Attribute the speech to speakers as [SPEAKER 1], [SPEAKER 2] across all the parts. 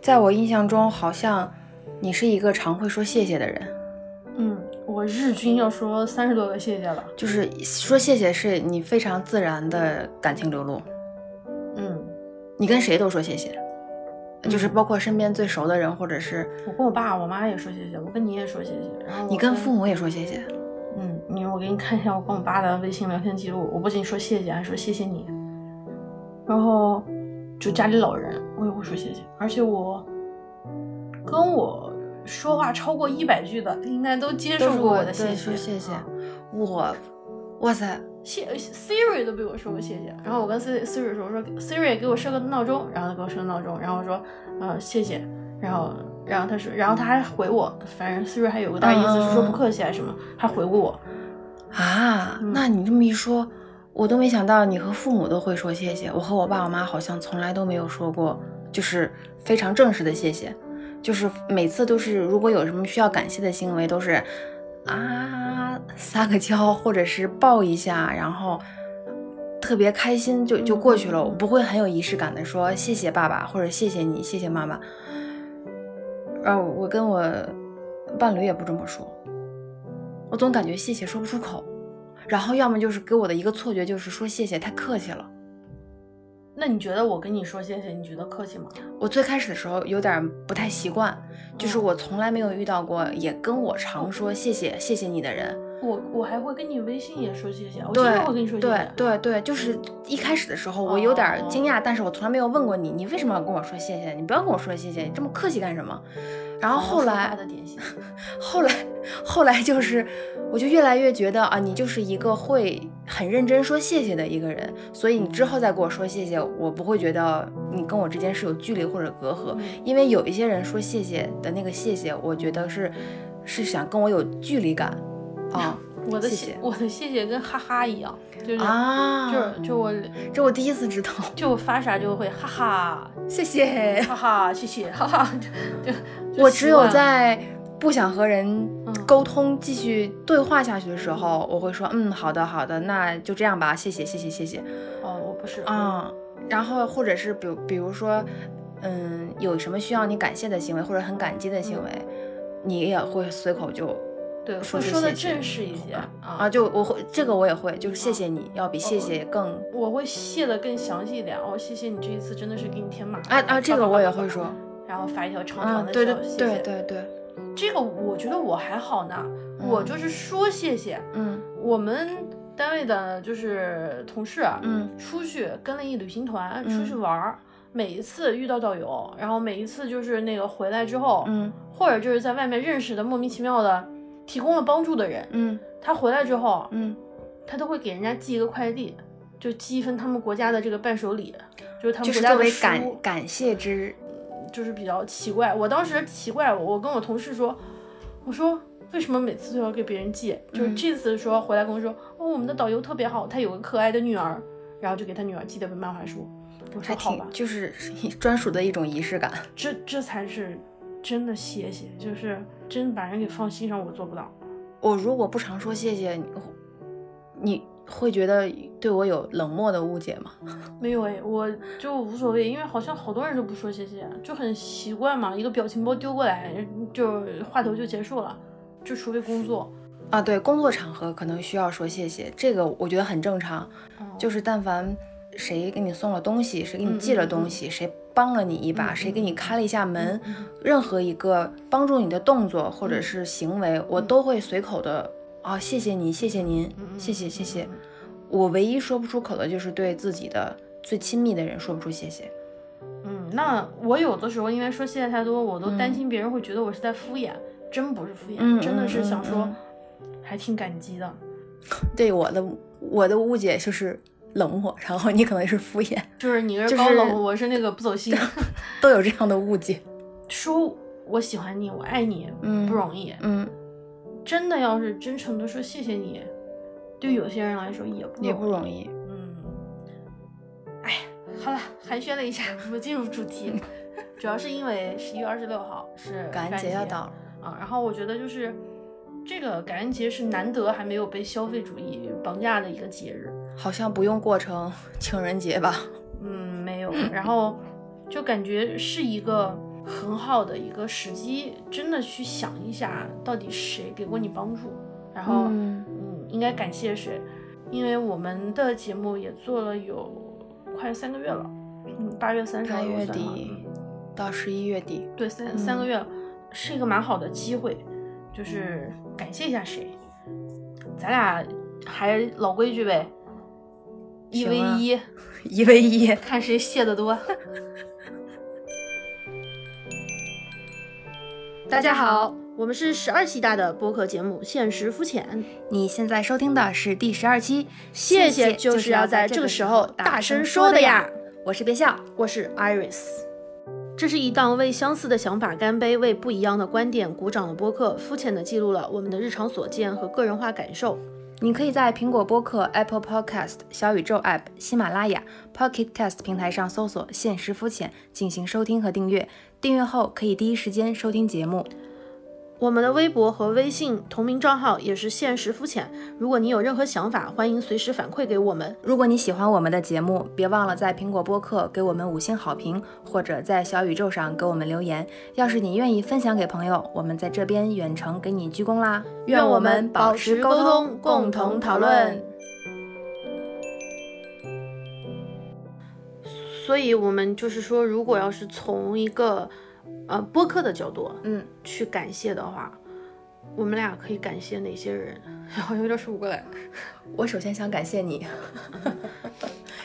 [SPEAKER 1] 在我印象中，好像你是一个常会说谢谢的人，
[SPEAKER 2] 嗯，我日均要说三十多个谢谢了。
[SPEAKER 1] 就是说谢谢是你非常自然的感情流露，
[SPEAKER 2] 嗯，
[SPEAKER 1] 你跟谁都说谢谢，就是包括身边最熟的人，或者是
[SPEAKER 2] 我跟我爸、我妈也说谢谢，我跟你也说谢谢。然后我
[SPEAKER 1] 你跟父，母也说谢谢。
[SPEAKER 2] 嗯，你我给你看一下我跟我爸的微信聊天记录，我不仅说谢谢，还说谢谢你。然后就家里老人，我也会说谢谢，而且我跟我说话超过一百句的，应该都接
[SPEAKER 1] 都
[SPEAKER 2] 受
[SPEAKER 1] 是
[SPEAKER 2] 过
[SPEAKER 1] 我
[SPEAKER 2] 我的谢
[SPEAKER 1] 对
[SPEAKER 2] 谢，
[SPEAKER 1] 说谢谢
[SPEAKER 2] 啊
[SPEAKER 1] 我，哇塞，
[SPEAKER 2] 谢呃 Siri 都比我说过谢谢。然后我跟 Siri Siri 说，我说 Siri 给我设个闹钟，然后他给我设个闹钟，然后我说，呃，谢谢。然后，然后他说，然后他还回我，反正 Siri 还有个大意思是
[SPEAKER 1] 嗯
[SPEAKER 2] 说
[SPEAKER 1] 嗯嗯
[SPEAKER 2] 不客气还是什么，还回过我。
[SPEAKER 1] 啊，
[SPEAKER 2] 嗯
[SPEAKER 1] 那你这么一说，我都没想到你和父母都会说谢谢。我和我爸我妈好像从来都没有说过，就是非常正式的谢谢，就是每次都是如果有什么需要感谢的行为，都是啊撒个娇或者是抱一下，然后特别开心就就过去了。我不会很有仪式感的说谢谢爸爸或者谢谢你，谢谢妈妈。呃，我跟我伴侣也不这么说，我总感觉谢谢说不出口。然后要么就是给我的一个错觉就是说谢谢太客气了。
[SPEAKER 2] 那你觉得我跟你说谢谢，你觉得客气吗？
[SPEAKER 1] 我最开始的时候有点不太习惯，就是我从来没有遇到过也跟我常说谢谢谢谢你的人。
[SPEAKER 2] 我我还会跟你微信也说谢谢，我经
[SPEAKER 1] 对
[SPEAKER 2] 常会跟你说谢啊
[SPEAKER 1] 对
[SPEAKER 2] 谢。
[SPEAKER 1] 对对，就是一开始的时候我有点惊讶，但是我从来没有问过你，你为什么要跟我说谢谢？你不要跟我说谢谢，你这么客气干什么？然后后
[SPEAKER 2] 说
[SPEAKER 1] 来
[SPEAKER 2] 话的典 型，
[SPEAKER 1] 后来，后来就是，我就越来越觉得啊，你就是一个会很认真说谢谢的一个人，所以你之后再跟我说谢谢，我不会觉得你跟我之间是有距离或者隔阂，
[SPEAKER 2] 嗯
[SPEAKER 1] 因为有一些人说谢谢的那个谢谢，我觉得是是想跟我有距离感啊
[SPEAKER 2] 我的
[SPEAKER 1] 谢
[SPEAKER 2] 谢
[SPEAKER 1] 谢
[SPEAKER 2] 我的谢谢跟哈哈一样，就是、
[SPEAKER 1] 啊，
[SPEAKER 2] 就是就我
[SPEAKER 1] 这我第一次知道，
[SPEAKER 2] 就我发啥就会哈哈
[SPEAKER 1] 谢谢。
[SPEAKER 2] 哈哈，谢谢，哈 哈，就就
[SPEAKER 1] 哎我只有
[SPEAKER 2] 习惯了嗯
[SPEAKER 1] 在不想和人沟通、继续对话下去的时候，我会说，嗯，好的，好的，那就这样吧，谢谢，谢谢，谢谢，
[SPEAKER 2] 哦，我不是，
[SPEAKER 1] 啊、然后或者是比如比如说，嗯，有什么需要你感谢的行为或者很感激的行为，你也会随口就
[SPEAKER 2] 对，
[SPEAKER 1] 说
[SPEAKER 2] 会
[SPEAKER 1] 是
[SPEAKER 2] 说的
[SPEAKER 1] 谢谢
[SPEAKER 2] 正式一些
[SPEAKER 1] 啊，
[SPEAKER 2] 啊，
[SPEAKER 1] 就我会这个我也会，就是谢谢你要比谢
[SPEAKER 2] 嗯
[SPEAKER 1] 谢更
[SPEAKER 2] 我会谢的更详细一点。哦，谢谢你这一次真的是给你添麻
[SPEAKER 1] 啊
[SPEAKER 2] 烦
[SPEAKER 1] 啊，这个我也会说，，
[SPEAKER 2] 然后发一条长
[SPEAKER 1] 啊，
[SPEAKER 2] 长的
[SPEAKER 1] 对对
[SPEAKER 2] 小嗯谢谢
[SPEAKER 1] 对，对对，
[SPEAKER 2] 这个我觉得我还好呢，我就是说谢谢。
[SPEAKER 1] 嗯
[SPEAKER 2] 我们单位的就是同事啊，
[SPEAKER 1] 嗯
[SPEAKER 2] 出去跟了一旅行团
[SPEAKER 1] 嗯
[SPEAKER 2] 出去玩儿，每一次遇到导游，然后每一次就是那个回来之后，
[SPEAKER 1] 嗯
[SPEAKER 2] 或者就是在外面认识的莫名其妙的提供了帮助的人，
[SPEAKER 1] 嗯
[SPEAKER 2] 他回来之后，啊
[SPEAKER 1] 嗯，
[SPEAKER 2] 他都会给人家寄一个快递，就寄一份他们国家的这个伴手礼，就是他们
[SPEAKER 1] 就是
[SPEAKER 2] 国家
[SPEAKER 1] 作
[SPEAKER 2] 的
[SPEAKER 1] 为
[SPEAKER 2] 书，
[SPEAKER 1] 感感谢之，
[SPEAKER 2] 就是比较奇怪。我当时奇怪，我我跟我同事说，我说。为什么每次都要给别人寄？就是
[SPEAKER 1] 嗯
[SPEAKER 2] 这次说回来跟我说，哦，我们的导游特别好，他有个可爱的女儿，然后就给他女儿寄了本漫画书。我
[SPEAKER 1] 还
[SPEAKER 2] 说好吧
[SPEAKER 1] 挺，就是 专属的一种仪式感。
[SPEAKER 2] 这这才是真的谢谢，就是真把人给放心上，我做不到。
[SPEAKER 1] 我如果不常说谢谢，你会你会觉得对我有冷漠的误解吗？
[SPEAKER 2] 没有哎，我就无所谓，因为好像好多人都不说谢谢，就很习惯嘛，一个表情包丢过来，就话头就结束了，就除非工作，
[SPEAKER 1] 啊，对，工作场合可能需要说谢谢，这个我觉得很正常。就是是但凡谁给你送了东西，谁给
[SPEAKER 2] 嗯
[SPEAKER 1] 你
[SPEAKER 2] 嗯
[SPEAKER 1] 寄了
[SPEAKER 2] 嗯
[SPEAKER 1] 东西，谁帮了你一把，
[SPEAKER 2] 嗯
[SPEAKER 1] 谁
[SPEAKER 2] 嗯
[SPEAKER 1] 给你开了一下门，
[SPEAKER 2] 嗯
[SPEAKER 1] 任何一个帮助你的动作或者
[SPEAKER 2] 嗯
[SPEAKER 1] 是行为，我
[SPEAKER 2] 嗯
[SPEAKER 1] 都会随口的啊，谢谢你，谢谢您，谢谢谢
[SPEAKER 2] 嗯
[SPEAKER 1] 谢。我唯一说不出口的就是对自己的最亲密的人说不出谢谢。
[SPEAKER 2] 嗯，那我有的时候因为说谢谢太多，我都担心别人会觉得我是在敷衍，真不是敷衍，
[SPEAKER 1] 嗯
[SPEAKER 2] 真的是想说，
[SPEAKER 1] 嗯
[SPEAKER 2] 还挺感激的。
[SPEAKER 1] 对我的我的误解就是冷漠，然后你可能是敷衍，
[SPEAKER 2] 就是你
[SPEAKER 1] 就是是
[SPEAKER 2] 高冷，我是那个不 走心。
[SPEAKER 1] 都有这样的误解。
[SPEAKER 2] 说我喜欢你，我爱你，
[SPEAKER 1] 嗯
[SPEAKER 2] 不容易。
[SPEAKER 1] 嗯，
[SPEAKER 2] 真的要是真诚的说谢谢你，对有些人来说也不
[SPEAKER 1] 也不
[SPEAKER 2] 易。
[SPEAKER 1] 容易。
[SPEAKER 2] 嗯，哎呀，好了，寒暄了一下，我们进入主题， 主要是因为十一月二十六号是
[SPEAKER 1] 嗯感恩节要到了，
[SPEAKER 2] 啊，然后我觉得就是这个感恩节是难得还没有被消费主义绑架的一个节日，
[SPEAKER 1] 好像不用过成情人节吧？嗯
[SPEAKER 2] 嗯，没有，然后就感觉是一个很好的一个时机，真的去想一下，到底谁给过你帮助，然后
[SPEAKER 1] 嗯
[SPEAKER 2] 嗯，应该感谢谁？因为我们的节目也做了有快三个月了，嗯，八月三十号
[SPEAKER 1] 八
[SPEAKER 2] 入
[SPEAKER 1] 月
[SPEAKER 2] 选嘛
[SPEAKER 1] 底到十一月底，
[SPEAKER 2] 嗯对，三、
[SPEAKER 1] 嗯
[SPEAKER 2] 三个月了是一个蛮好的机会，就是感谢一下谁。咱俩还老规矩呗，一 v
[SPEAKER 1] 行啊
[SPEAKER 2] 一，
[SPEAKER 1] 一 v 一，
[SPEAKER 2] 看谁谢 的多。大家好，我们是十二期大的播客节目《现实肤浅》，
[SPEAKER 1] 你现在收听的是第十二期，
[SPEAKER 2] 谢
[SPEAKER 1] 谢
[SPEAKER 2] 谢就是是要在这
[SPEAKER 1] 这
[SPEAKER 2] 个时
[SPEAKER 1] 时
[SPEAKER 2] 候大
[SPEAKER 1] 大
[SPEAKER 2] 声
[SPEAKER 1] 说
[SPEAKER 2] 说的呀。
[SPEAKER 1] 我是别笑，
[SPEAKER 2] 我是 Iris。这是一档为相似的想法干杯、为不一样的观点鼓掌的播客，肤浅的记录了我们的日常所见和个人化感受。
[SPEAKER 1] 你可以在苹果播客、Apple Podcast、小宇宙 App、喜马拉雅、Pocket Cast 平台上搜索“现实肤浅”进行收听和订阅。订阅后可以第一时间收听节目。
[SPEAKER 2] 我们的微博和微信同名账号也是现实肤浅。如果你有任何想法，欢迎随时反馈给我们。
[SPEAKER 1] 如果你喜欢我们的节目，别忘了在苹果播客给我们五星好评，或者在小宇宙上给我们留言。要是你愿意分享给朋友，我们在这边远程给你鞠躬啦！
[SPEAKER 2] 愿我
[SPEAKER 1] 我
[SPEAKER 2] 们
[SPEAKER 1] 们
[SPEAKER 2] 保
[SPEAKER 1] 保
[SPEAKER 2] 持
[SPEAKER 1] 持
[SPEAKER 2] 沟
[SPEAKER 1] 沟
[SPEAKER 2] 通
[SPEAKER 1] 通，
[SPEAKER 2] 共
[SPEAKER 1] 共
[SPEAKER 2] 同
[SPEAKER 1] 同
[SPEAKER 2] 讨
[SPEAKER 1] 讨
[SPEAKER 2] 论
[SPEAKER 1] 论。
[SPEAKER 2] 所以，我们就是说，如果要是从一个呃播客的角度
[SPEAKER 1] 嗯，
[SPEAKER 2] 去感谢的话，我们俩可以感谢哪些 人？好像有点数不过来。
[SPEAKER 1] 我首先想感谢 你，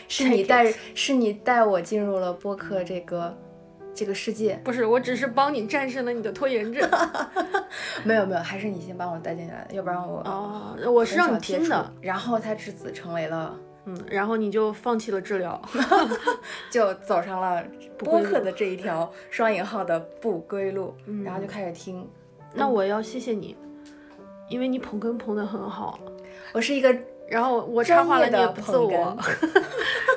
[SPEAKER 1] 是你带是你带我进入了播客这个这个世界。
[SPEAKER 2] 不是，我只是帮你战胜了你的拖延症。
[SPEAKER 1] 没有没有，还是你先把我带进来的，要不然我
[SPEAKER 2] 哦，我是让你听的，，
[SPEAKER 1] 然后他至此成为了
[SPEAKER 2] 嗯，然后你就放弃了治疗。
[SPEAKER 1] 就走上了
[SPEAKER 2] 归
[SPEAKER 1] 播
[SPEAKER 2] 路
[SPEAKER 1] 客的这一条双引号的不归路，
[SPEAKER 2] 嗯
[SPEAKER 1] 然后就开始听。
[SPEAKER 2] 那我要谢谢你，因为你捧哏捧得很好，
[SPEAKER 1] 我是一个
[SPEAKER 2] 然后我插话了你也不揍
[SPEAKER 1] 专业
[SPEAKER 2] 我
[SPEAKER 1] 的，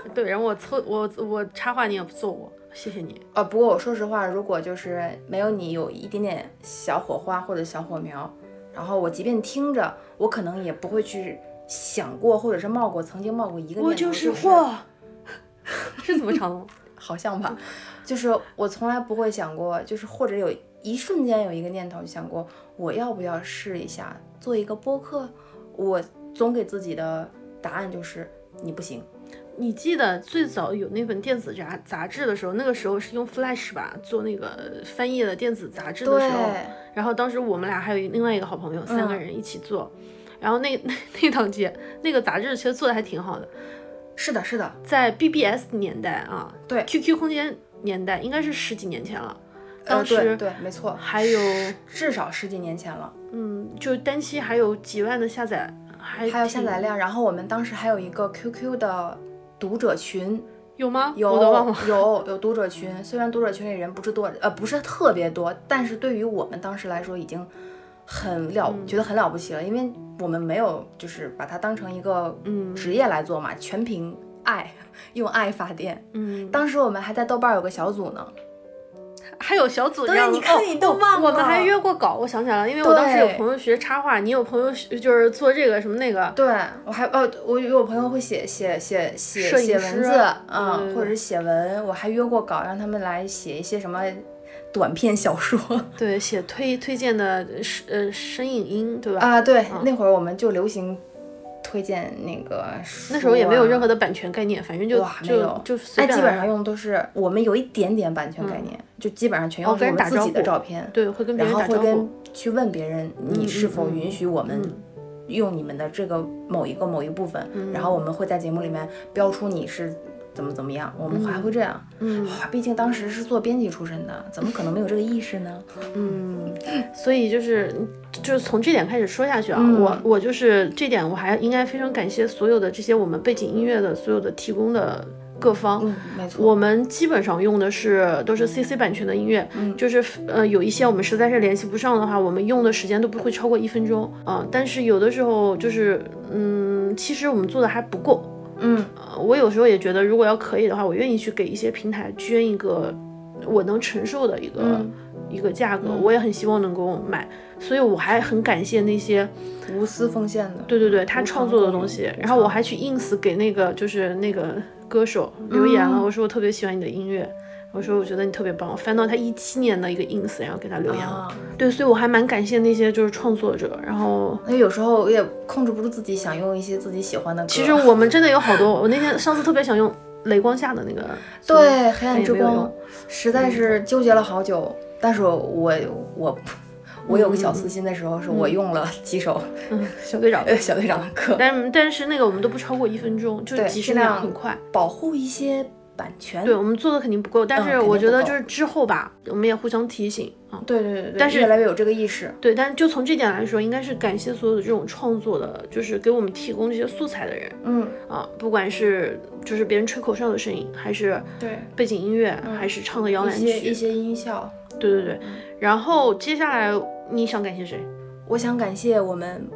[SPEAKER 2] 对，然后我凑我我插话你也不揍我，谢谢你。
[SPEAKER 1] 呃，不过我说实话，如果就是没有你有一点点小火花或者小火苗，然后我即便听着，我可能也不会去想过或者是冒过曾经冒过一个念头，
[SPEAKER 2] 我就是货， 是怎么唱的吗？
[SPEAKER 1] 好像吧，就是我从来不会想过，就是或者有一瞬间有一个念头想过，我要不要试一下做一个播客？我总给自己的答案就是你不行，
[SPEAKER 2] 你记得最早有那本电子杂杂志的时候，那个时候是用 Flash 吧做那个翻页的电子杂志的时候，然后当时我们俩还有另外一个好朋友，三
[SPEAKER 1] 嗯
[SPEAKER 2] 个人一起做，然后那 那那档节那个杂志其实做的还挺好的，
[SPEAKER 1] 是的，是的，
[SPEAKER 2] 在 BBS 年代啊，
[SPEAKER 1] 对
[SPEAKER 2] ，QQ 空间年代应该是十几年前了，当
[SPEAKER 1] 呃，对
[SPEAKER 2] 时
[SPEAKER 1] 对，没错，
[SPEAKER 2] 还有
[SPEAKER 1] 至少十几年前了，
[SPEAKER 2] 嗯，就是单期还有几万的下载，还
[SPEAKER 1] 还有下
[SPEAKER 2] 挺
[SPEAKER 1] 载量，然后我们当时还有一个 QQ 的读者群，
[SPEAKER 2] 有吗？
[SPEAKER 1] 有
[SPEAKER 2] 我都忘了。
[SPEAKER 1] 有有读者群，虽然读者群里人不是多，呃，不是特别多，但是对于我们当时来说已经很了，
[SPEAKER 2] 嗯
[SPEAKER 1] 觉得很了不起了，因为我们没有就是把它当成一个
[SPEAKER 2] 嗯
[SPEAKER 1] 职业来做嘛，全凭爱，用爱发电。
[SPEAKER 2] 嗯，
[SPEAKER 1] 当时我们还在豆瓣有个小组呢，
[SPEAKER 2] 还有小组这
[SPEAKER 1] 对
[SPEAKER 2] 样的
[SPEAKER 1] 你看
[SPEAKER 2] 哦
[SPEAKER 1] 你都忘
[SPEAKER 2] 我们
[SPEAKER 1] 了
[SPEAKER 2] 还约过稿，我想起来了，因为我当时有
[SPEAKER 1] 啊对
[SPEAKER 2] 朋友学插画，你有朋友学就是做这个什么那个，
[SPEAKER 1] 对我还呃，我有朋友会写写写
[SPEAKER 2] 摄
[SPEAKER 1] 写写
[SPEAKER 2] 影师
[SPEAKER 1] 文字，
[SPEAKER 2] 对对对
[SPEAKER 1] 嗯，或者是写文，我还约过稿让他们来写一些什么短篇小说。
[SPEAKER 2] 对，写推推荐的呃声影音，对吧？
[SPEAKER 1] 啊，对，
[SPEAKER 2] 嗯
[SPEAKER 1] 那会儿我们就流行推荐那个、啊
[SPEAKER 2] 那时候也没有任何的版权概念，反正就
[SPEAKER 1] 哇没
[SPEAKER 2] 就
[SPEAKER 1] 有
[SPEAKER 2] 就随
[SPEAKER 1] 哎，
[SPEAKER 2] 便
[SPEAKER 1] 基本
[SPEAKER 2] 来嗯
[SPEAKER 1] 上用都是我们有一点点版权概念，就基本上全
[SPEAKER 2] 哦
[SPEAKER 1] 用是
[SPEAKER 2] 跟
[SPEAKER 1] 我
[SPEAKER 2] 人打
[SPEAKER 1] 们自
[SPEAKER 2] 招
[SPEAKER 1] 己的
[SPEAKER 2] 呼
[SPEAKER 1] 照片，
[SPEAKER 2] 对会跟别
[SPEAKER 1] 然
[SPEAKER 2] 人
[SPEAKER 1] 后
[SPEAKER 2] 打
[SPEAKER 1] 会
[SPEAKER 2] 招
[SPEAKER 1] 跟
[SPEAKER 2] 呼。
[SPEAKER 1] 去问别人
[SPEAKER 2] 嗯
[SPEAKER 1] 你是否
[SPEAKER 2] 嗯
[SPEAKER 1] 允许我们
[SPEAKER 2] 嗯
[SPEAKER 1] 用你们的这个某一个某一部分，然后我们会在节目里面标出你是。怎么怎么样？我们还会这样，
[SPEAKER 2] 嗯
[SPEAKER 1] 哇！毕竟当时是做编辑出身的，怎么可能没有这个意识呢？
[SPEAKER 2] 嗯，所以就是就是从这点开始说下去啊，
[SPEAKER 1] 嗯
[SPEAKER 2] 我我就是这点，我还应该非常感谢所有的这些我们背景音乐的所有的提供的各方，
[SPEAKER 1] 嗯，没错。嗯
[SPEAKER 2] 我们基本上用的是都是 CC 版权的音乐，就是呃有一些我们实在是联系不上的话，我们用的时间都不会超过一分钟啊、但是有的时候就是嗯，其实我们做的还不够。
[SPEAKER 1] 嗯，
[SPEAKER 2] 呃我有时候也觉得，如果要可以的话，我愿意去给一些平台捐一个我能承受的一个、
[SPEAKER 1] 嗯
[SPEAKER 2] 一个价格，我也很希望能够买。所以我还很感谢那些
[SPEAKER 1] 无私奉献的，
[SPEAKER 2] 对对对，他
[SPEAKER 1] 无
[SPEAKER 2] 创
[SPEAKER 1] 偿
[SPEAKER 2] 作的
[SPEAKER 1] 共
[SPEAKER 2] 东
[SPEAKER 1] 鸣
[SPEAKER 2] 西
[SPEAKER 1] 无。
[SPEAKER 2] 然后我
[SPEAKER 1] 偿
[SPEAKER 2] 还去 ins 给那个就是那个歌手留言了，
[SPEAKER 1] 嗯
[SPEAKER 2] 我说我特别喜欢你的音乐，我说我觉得你特别棒，我翻到他一七年的一个 ins，然后给他留言了。
[SPEAKER 1] 啊，
[SPEAKER 2] 对，所以我还蛮感谢那些就是创作者。然 后
[SPEAKER 1] 那有时候我也控制不住自己，想用一些自己喜欢的歌。
[SPEAKER 2] 其实我们真的有好多，我那天上次特别想用雷光下的那个，
[SPEAKER 1] 对《黑暗之
[SPEAKER 2] 也没有
[SPEAKER 1] 光
[SPEAKER 2] 用》
[SPEAKER 1] 实在是纠结了好久，但是我我我有个小私心的时候，是我用了几首
[SPEAKER 2] 嗯，小队长。
[SPEAKER 1] 呃小队长的歌，
[SPEAKER 2] 但但是那个我们都不超过一分钟，就
[SPEAKER 1] 对
[SPEAKER 2] 几十
[SPEAKER 1] 尽
[SPEAKER 2] 秒
[SPEAKER 1] 量
[SPEAKER 2] 很快。
[SPEAKER 1] 保护一些版权。
[SPEAKER 2] 对我们做的肯定不够，
[SPEAKER 1] 嗯
[SPEAKER 2] 但是
[SPEAKER 1] 肯定
[SPEAKER 2] 我觉
[SPEAKER 1] 不
[SPEAKER 2] 得
[SPEAKER 1] 够
[SPEAKER 2] 就是之后吧，我们也互相提醒啊、
[SPEAKER 1] 对对对对，
[SPEAKER 2] 但是
[SPEAKER 1] 越来越有这个意识。
[SPEAKER 2] 对，但就从这点来说，应该是感谢所有的这种创作的，就是给我们提供这些素材的人
[SPEAKER 1] 嗯，
[SPEAKER 2] 啊，不管是就是别人吹口哨的声音，还是
[SPEAKER 1] 对
[SPEAKER 2] 背景音乐，
[SPEAKER 1] 嗯
[SPEAKER 2] 还是唱的摇
[SPEAKER 1] 一
[SPEAKER 2] 篮
[SPEAKER 1] 些嗯一
[SPEAKER 2] 曲，
[SPEAKER 1] 些音效。
[SPEAKER 2] 对对对。然后接下来你想感谢谁？
[SPEAKER 1] 我想感谢我们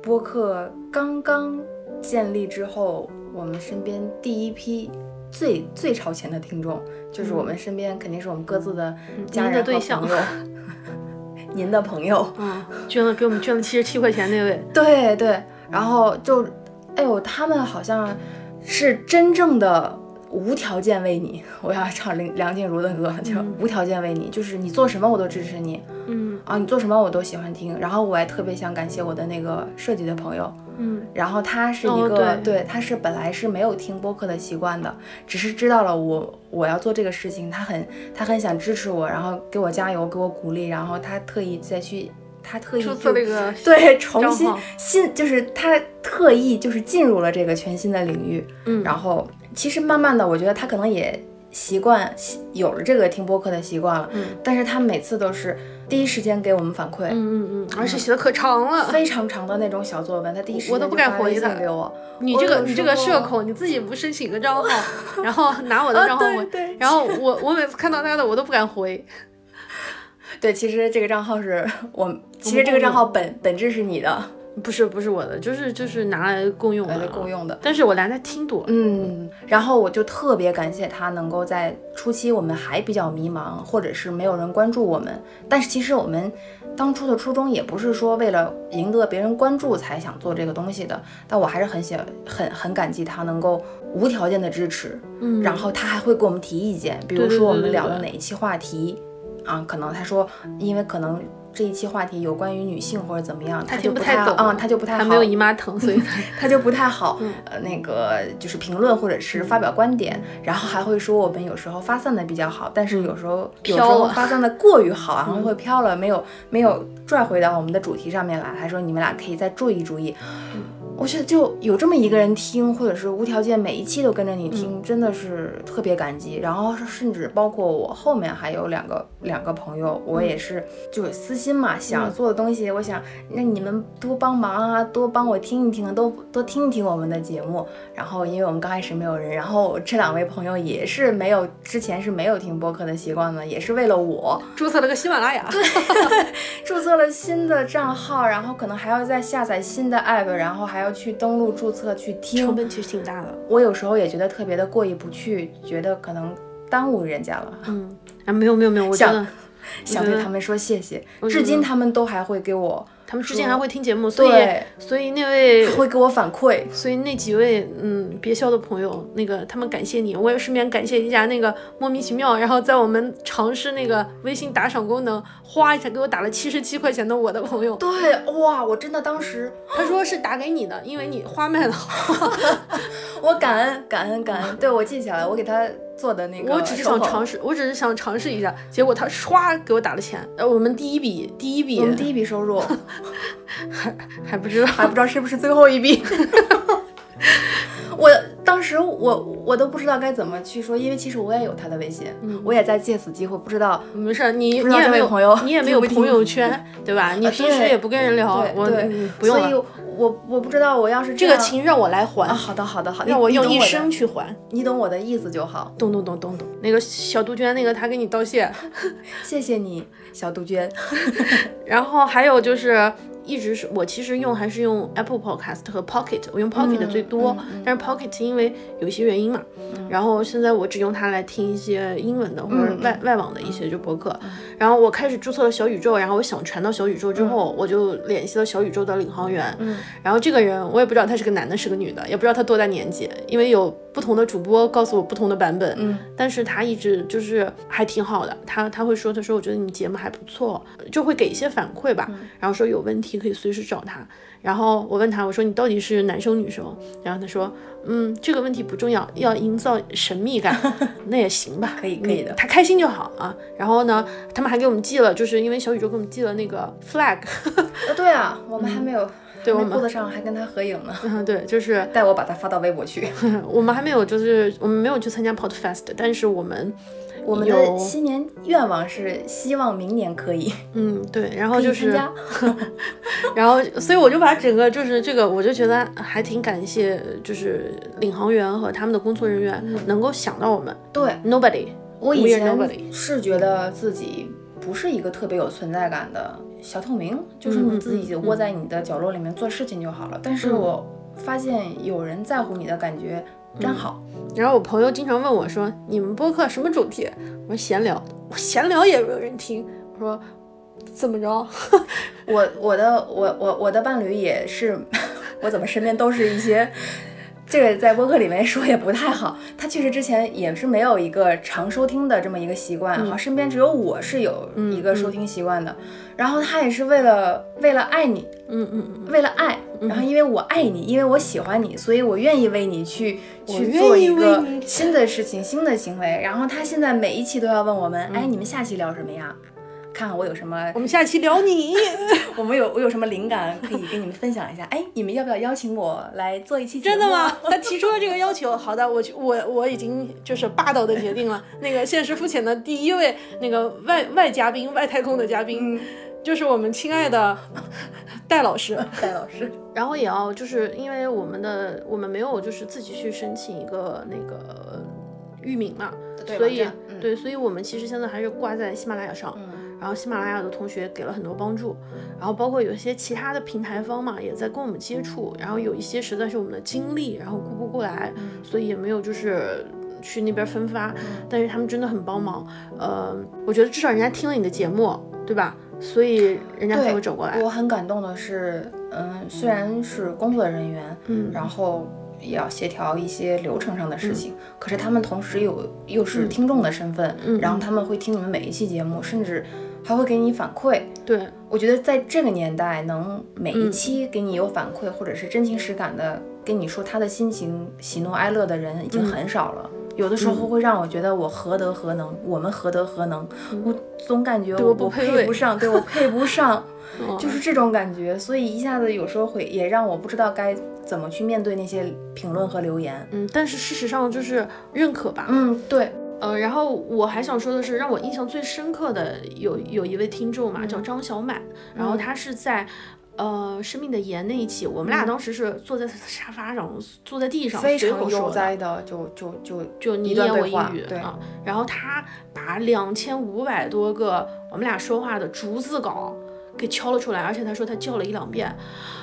[SPEAKER 1] 播客刚刚建立之后，我们身边第一批最最超前的听众，就是我们身边肯定是我们各自的嗯家
[SPEAKER 2] 嗯您的
[SPEAKER 1] 人
[SPEAKER 2] 对
[SPEAKER 1] 和
[SPEAKER 2] 象
[SPEAKER 1] 朋友， 您的朋友，
[SPEAKER 2] 嗯，捐了给我们捐了七十七块钱那位，
[SPEAKER 1] 对对，然后就，哎呦，他们好像是真正的无条件为你， 我要唱梁梁静茹的歌，就
[SPEAKER 2] 嗯
[SPEAKER 1] 无条件为你，就是你做什么我都支持你
[SPEAKER 2] 嗯
[SPEAKER 1] 啊，你做什么我都喜欢听。然后我还特别想感谢我的那个设计的朋友，
[SPEAKER 2] 嗯
[SPEAKER 1] 然后他是一
[SPEAKER 2] 哦
[SPEAKER 1] 个、
[SPEAKER 2] 对
[SPEAKER 1] 他是本来是没有听播客的习惯的，只是知道了我我要做这个事情，他很他很想支持我，然后给我加油，给我鼓励，然后他特意再去他特意
[SPEAKER 2] 注
[SPEAKER 1] 嗯就
[SPEAKER 2] 册了一个
[SPEAKER 1] 对重新
[SPEAKER 2] 账号
[SPEAKER 1] 新就是他特意就是进入了这个全新的领域，
[SPEAKER 2] 嗯，
[SPEAKER 1] 然后其实慢慢的我觉得他可能也习惯习有了这个听播客的习惯了，
[SPEAKER 2] 嗯
[SPEAKER 1] 但是他每次都是第一时间给我们反馈。
[SPEAKER 2] 嗯嗯嗯，而且写的可长了。
[SPEAKER 1] 非常长的那种小作文，他第一时间
[SPEAKER 2] 我都不敢
[SPEAKER 1] 就发微
[SPEAKER 2] 回
[SPEAKER 1] 信
[SPEAKER 2] 他
[SPEAKER 1] 给我，
[SPEAKER 2] 你
[SPEAKER 1] 我
[SPEAKER 2] 这个
[SPEAKER 1] 有
[SPEAKER 2] 你
[SPEAKER 1] 时
[SPEAKER 2] 这个社
[SPEAKER 1] 候
[SPEAKER 2] 恐，你自己不申请个账 号，然后拿我的账号
[SPEAKER 1] 啊对
[SPEAKER 2] 我，
[SPEAKER 1] 对
[SPEAKER 2] 然后我我每次看到他的我都不敢回，
[SPEAKER 1] 对，其实这个账号是我，其实这个账号本本质是你的，
[SPEAKER 2] 不是不是我的，就是就是拿来共用
[SPEAKER 1] 我
[SPEAKER 2] 的，啊
[SPEAKER 1] 就够。用的。
[SPEAKER 2] 但是我拿来听多，
[SPEAKER 1] 嗯，然后我就特别感谢他能够在初期我们还比较迷茫，或者是没有人关注我们，但是其实我们当初的初衷也不是说为了赢得别人关注才想做这个东西的，但我还是很想很很感激他能够无条件的支持，
[SPEAKER 2] 嗯
[SPEAKER 1] 然后他还会给我们提意见，比
[SPEAKER 2] 对
[SPEAKER 1] 如
[SPEAKER 2] 对
[SPEAKER 1] 说我
[SPEAKER 2] 对
[SPEAKER 1] 们
[SPEAKER 2] 对
[SPEAKER 1] 聊
[SPEAKER 2] 对
[SPEAKER 1] 了哪一期话题啊，可能他说因为可能这一期话题有关于女性或者怎么样，他就
[SPEAKER 2] 听不
[SPEAKER 1] 太
[SPEAKER 2] 太懂，
[SPEAKER 1] 啊，他就不太
[SPEAKER 2] 还
[SPEAKER 1] 好，嗯
[SPEAKER 2] 没有姨妈疼，所以他
[SPEAKER 1] 他就不太好，呃，那个就是评论或者是发表观点，然后还会说我们有时候发散的比较好，但是有时候有时
[SPEAKER 2] 飘
[SPEAKER 1] 候
[SPEAKER 2] 了
[SPEAKER 1] 发散的过于好，然后会飘了，没有没有拽回到我们的主题上面来，还说你们俩可以再注意注意。我觉得就有这么一个人听，或者是无条件每一期都跟着你听，真的是特别感激。然后甚至包括我后面还有两个两个朋友，我也是就是私心嘛，想做的东西，我想那你们多帮忙啊，多帮我听一听啊，多多听一听我们的节目。然后因为我们刚开始没有人，然后这两位朋友也是没有之前是没有听播客的习惯的，也是为了我，
[SPEAKER 2] 注册了个喜马拉雅。
[SPEAKER 1] 注册了新的账号，然后可能还要再下载新的 app，然后还要去登录注册去
[SPEAKER 2] 成
[SPEAKER 1] 听。
[SPEAKER 2] 本其实挺大的，
[SPEAKER 1] 我有时候也觉得特别的过意不去，觉得可能耽误人家了，
[SPEAKER 2] 嗯，啊没有没有没有，我觉
[SPEAKER 1] 想
[SPEAKER 2] 得
[SPEAKER 1] 想对他们说谢谢。
[SPEAKER 2] 我觉
[SPEAKER 1] 至
[SPEAKER 2] 得
[SPEAKER 1] 今他们都还会给我，
[SPEAKER 2] 他们之前还会听节目，所以
[SPEAKER 1] 对，
[SPEAKER 2] 所以那位
[SPEAKER 1] 还会给我反馈。
[SPEAKER 2] 所以那几位嗯别笑的朋友，那个他们感谢你，我也顺便感谢一下那个莫名其妙，然后在我们尝试那个微信打赏功能，哗一下给我打了七十七块钱的我的朋友，
[SPEAKER 1] 对，哇，我真的当时
[SPEAKER 2] 他说是打给你的，因为你花 卖的好，
[SPEAKER 1] 我感恩感恩感恩，对我记下来，我给他做的那个手嗯
[SPEAKER 2] 我
[SPEAKER 1] 捧，
[SPEAKER 2] 只是想尝试，我只是想尝试一下，结果他唰给我打了钱，呃，我们第一笔第一笔
[SPEAKER 1] 我们第一笔收入，
[SPEAKER 2] 还不知道，
[SPEAKER 1] 还不知道是不是最后一笔。 我当时我我都不知道该怎么去说，因为其实我也有他的微信，
[SPEAKER 2] 嗯
[SPEAKER 1] 我也在借此机会不知道。
[SPEAKER 2] 没事儿，你
[SPEAKER 1] 不
[SPEAKER 2] 你
[SPEAKER 1] 知道
[SPEAKER 2] 也
[SPEAKER 1] 这
[SPEAKER 2] 没
[SPEAKER 1] 位
[SPEAKER 2] 有
[SPEAKER 1] 朋友
[SPEAKER 2] 你也没有朋友圈对吧？你
[SPEAKER 1] 啊
[SPEAKER 2] 平时
[SPEAKER 1] 对
[SPEAKER 2] 也不跟人聊，
[SPEAKER 1] 对
[SPEAKER 2] 我
[SPEAKER 1] 对
[SPEAKER 2] 嗯，不用
[SPEAKER 1] 所以
[SPEAKER 2] 了，
[SPEAKER 1] 我我不知道我要是
[SPEAKER 2] 这个
[SPEAKER 1] 样
[SPEAKER 2] 情让我来还
[SPEAKER 1] 啊，，好的好的好，
[SPEAKER 2] 让
[SPEAKER 1] 你
[SPEAKER 2] 我
[SPEAKER 1] 你
[SPEAKER 2] 用
[SPEAKER 1] 懂
[SPEAKER 2] 一
[SPEAKER 1] 的
[SPEAKER 2] 生去还。
[SPEAKER 1] 你懂我的意思就好。
[SPEAKER 2] 咚咚咚咚咚，那个小杜鹃，那个他给你道谢。
[SPEAKER 1] 谢谢你，小杜鹃。
[SPEAKER 2] 然后还有就是一直是我其实用还是用 Apple Podcast 和 Pocket，我用 Pocket 最多，
[SPEAKER 1] 嗯嗯嗯
[SPEAKER 2] 但是 Pocket 因为有一些原因嘛，然后现在我只用它来听一些英文的或者
[SPEAKER 1] 嗯嗯嗯嗯
[SPEAKER 2] 外、外网的一些就博客，然后我开始注册了小宇宙，然后我想传到小宇宙之后，我就联系了小宇宙的领航员，
[SPEAKER 1] 嗯
[SPEAKER 2] 然后这个人我也不知道他是个男的是个女的，也不知道他多大年纪，因为有不同的主播告诉我不同的版本，
[SPEAKER 1] 嗯，
[SPEAKER 2] 但是他一直就是还挺好的，他他会说，他说我觉得你节目还不错，就会给一些反馈吧，
[SPEAKER 1] 嗯
[SPEAKER 2] 然后说有问题可以随时找他。然后我问他，我说你到底是男生女生？然后他说，嗯，这个问题不重要，要营造神 秘感，那也行吧，嗯
[SPEAKER 1] 可以可以的
[SPEAKER 2] 他开心就好啊。然后呢，他们还给我们寄了，就是因为小宇宙给我们寄了那个 flag，
[SPEAKER 1] 呃对啊，我们还没有，
[SPEAKER 2] 嗯对
[SPEAKER 1] 还
[SPEAKER 2] 我
[SPEAKER 1] 没
[SPEAKER 2] 们
[SPEAKER 1] 顾得上，还跟他合影呢。
[SPEAKER 2] 嗯，对，就是 嗯
[SPEAKER 1] 带我把它发到微博去。
[SPEAKER 2] 我们还没有，就是我们没有去参加 Podfest，但是我们，
[SPEAKER 1] 我们的新年愿望是希望明年可 以
[SPEAKER 2] 嗯，对，然后
[SPEAKER 1] 可以
[SPEAKER 2] 就
[SPEAKER 1] 参
[SPEAKER 2] 是，
[SPEAKER 1] 加。
[SPEAKER 2] 然后，所以我就把整个就是这个，我就觉得还挺感谢，就是领航员和他们的工作人员
[SPEAKER 1] 嗯
[SPEAKER 2] 能够想到我们。
[SPEAKER 1] 对
[SPEAKER 2] Nobody，
[SPEAKER 1] 我以
[SPEAKER 2] We're
[SPEAKER 1] 前
[SPEAKER 2] nobody
[SPEAKER 1] 是觉得自己不是一个特别有存在感的小透明，就是你自己
[SPEAKER 2] 嗯嗯嗯
[SPEAKER 1] 窝在你的角落里面做事情就好了。但是我发现有人在乎你的感觉
[SPEAKER 2] 嗯
[SPEAKER 1] 真好。
[SPEAKER 2] 然后我朋友经常问我说：“你们播客什么主题？”我说：“闲聊。”我闲聊也没有人听。我说：“怎么着？
[SPEAKER 1] 我我的我我我的伴侣也是， 我怎么身边都是一些。这个在播客里面说也不太好，他确实之前也是没有一个常收听的这么一个习惯，
[SPEAKER 2] 嗯
[SPEAKER 1] 好、像身边只有我是有一个收听习惯的，然后他也是为了为了爱你，
[SPEAKER 2] 嗯嗯嗯，
[SPEAKER 1] 为了爱，然后因为我爱你，因为我喜欢你，所以我愿意为你去去
[SPEAKER 2] 愿
[SPEAKER 1] 做
[SPEAKER 2] 意
[SPEAKER 1] 一
[SPEAKER 2] 为
[SPEAKER 1] 个
[SPEAKER 2] 你
[SPEAKER 1] 新的事情、新的行为。然后他现在每一期都要问我们，
[SPEAKER 2] 嗯
[SPEAKER 1] 哎，你们下期聊什么呀？看看我有什么
[SPEAKER 2] 我，们下期聊你。
[SPEAKER 1] 我们有我有什么灵感可以跟你们分享一下。哎，你们要不要邀请我来做一期节目？啊
[SPEAKER 2] 真的吗？？他提出了这个要求。好的，我去我我已经就是霸道的决定了。 那个现实肤浅的第一位那个外外嘉宾、外太空的嘉宾，就是我们亲爱的戴老师。
[SPEAKER 1] 戴老师，
[SPEAKER 2] 然后也要就是因为我们的我们没有就是自己去申请一个那个域名嘛，
[SPEAKER 1] 对
[SPEAKER 2] 所以
[SPEAKER 1] 网站、嗯
[SPEAKER 2] 对，所以我们其实现在还是挂在喜马拉雅上。
[SPEAKER 1] 嗯
[SPEAKER 2] 然后喜马拉雅的同学给了很多帮助，然后包括有一些其他的平台方嘛，也在跟我们接触，然后有一些实在是我们的精力，然后顾不过来，
[SPEAKER 1] 嗯
[SPEAKER 2] 所以也没有就是去那边分发，但是他们真的很帮忙，呃，我觉得至少人家听了你的节目，对吧？所以人家才会走过来，
[SPEAKER 1] 我很感动的是，嗯，虽然是工作人员，
[SPEAKER 2] 嗯
[SPEAKER 1] 然后也要协调一些流程上的事情，可是他们同时有又是听众的身份，
[SPEAKER 2] 嗯
[SPEAKER 1] 然后他们会听你们每一期节目，甚至还会给你反馈。
[SPEAKER 2] 对，
[SPEAKER 1] 我觉得在这个年代，能每
[SPEAKER 2] 嗯
[SPEAKER 1] 一期给你有反馈，或者是真情实感的跟你说他的心情、喜怒哀乐的人，已
[SPEAKER 2] 嗯
[SPEAKER 1] 经很少了。有的时候会让我觉得我何德何能，我们何德何能，我总感觉我
[SPEAKER 2] 嗯我不
[SPEAKER 1] 我
[SPEAKER 2] 配
[SPEAKER 1] 配不
[SPEAKER 2] 位
[SPEAKER 1] 上，对我配不上。
[SPEAKER 2] 嗯
[SPEAKER 1] 就是这种感觉，所以一下子有时候会也让我不知道该怎么去面对那些评论和留言。
[SPEAKER 2] 嗯，但是事实上就是认可吧，
[SPEAKER 1] 嗯，对，
[SPEAKER 2] 呃，然后我还想说的是，让我印象最深刻的有有一位听众
[SPEAKER 1] 嗯
[SPEAKER 2] 嘛，叫张小满，然后他是在。呃，《生命的盐》那一期，我们俩当时是坐在沙发上，坐在地上，
[SPEAKER 1] 嗯非
[SPEAKER 2] 随
[SPEAKER 1] 常
[SPEAKER 2] 口说
[SPEAKER 1] 悠
[SPEAKER 2] 的
[SPEAKER 1] 哉的，就就就
[SPEAKER 2] 就你
[SPEAKER 1] 一
[SPEAKER 2] 一
[SPEAKER 1] 段
[SPEAKER 2] 言
[SPEAKER 1] 对
[SPEAKER 2] 我一
[SPEAKER 1] 话
[SPEAKER 2] 语
[SPEAKER 1] 对
[SPEAKER 2] 啊。然后他把两千五百多个我们俩说话的逐字稿给敲了出来，而且他说他叫了一两遍，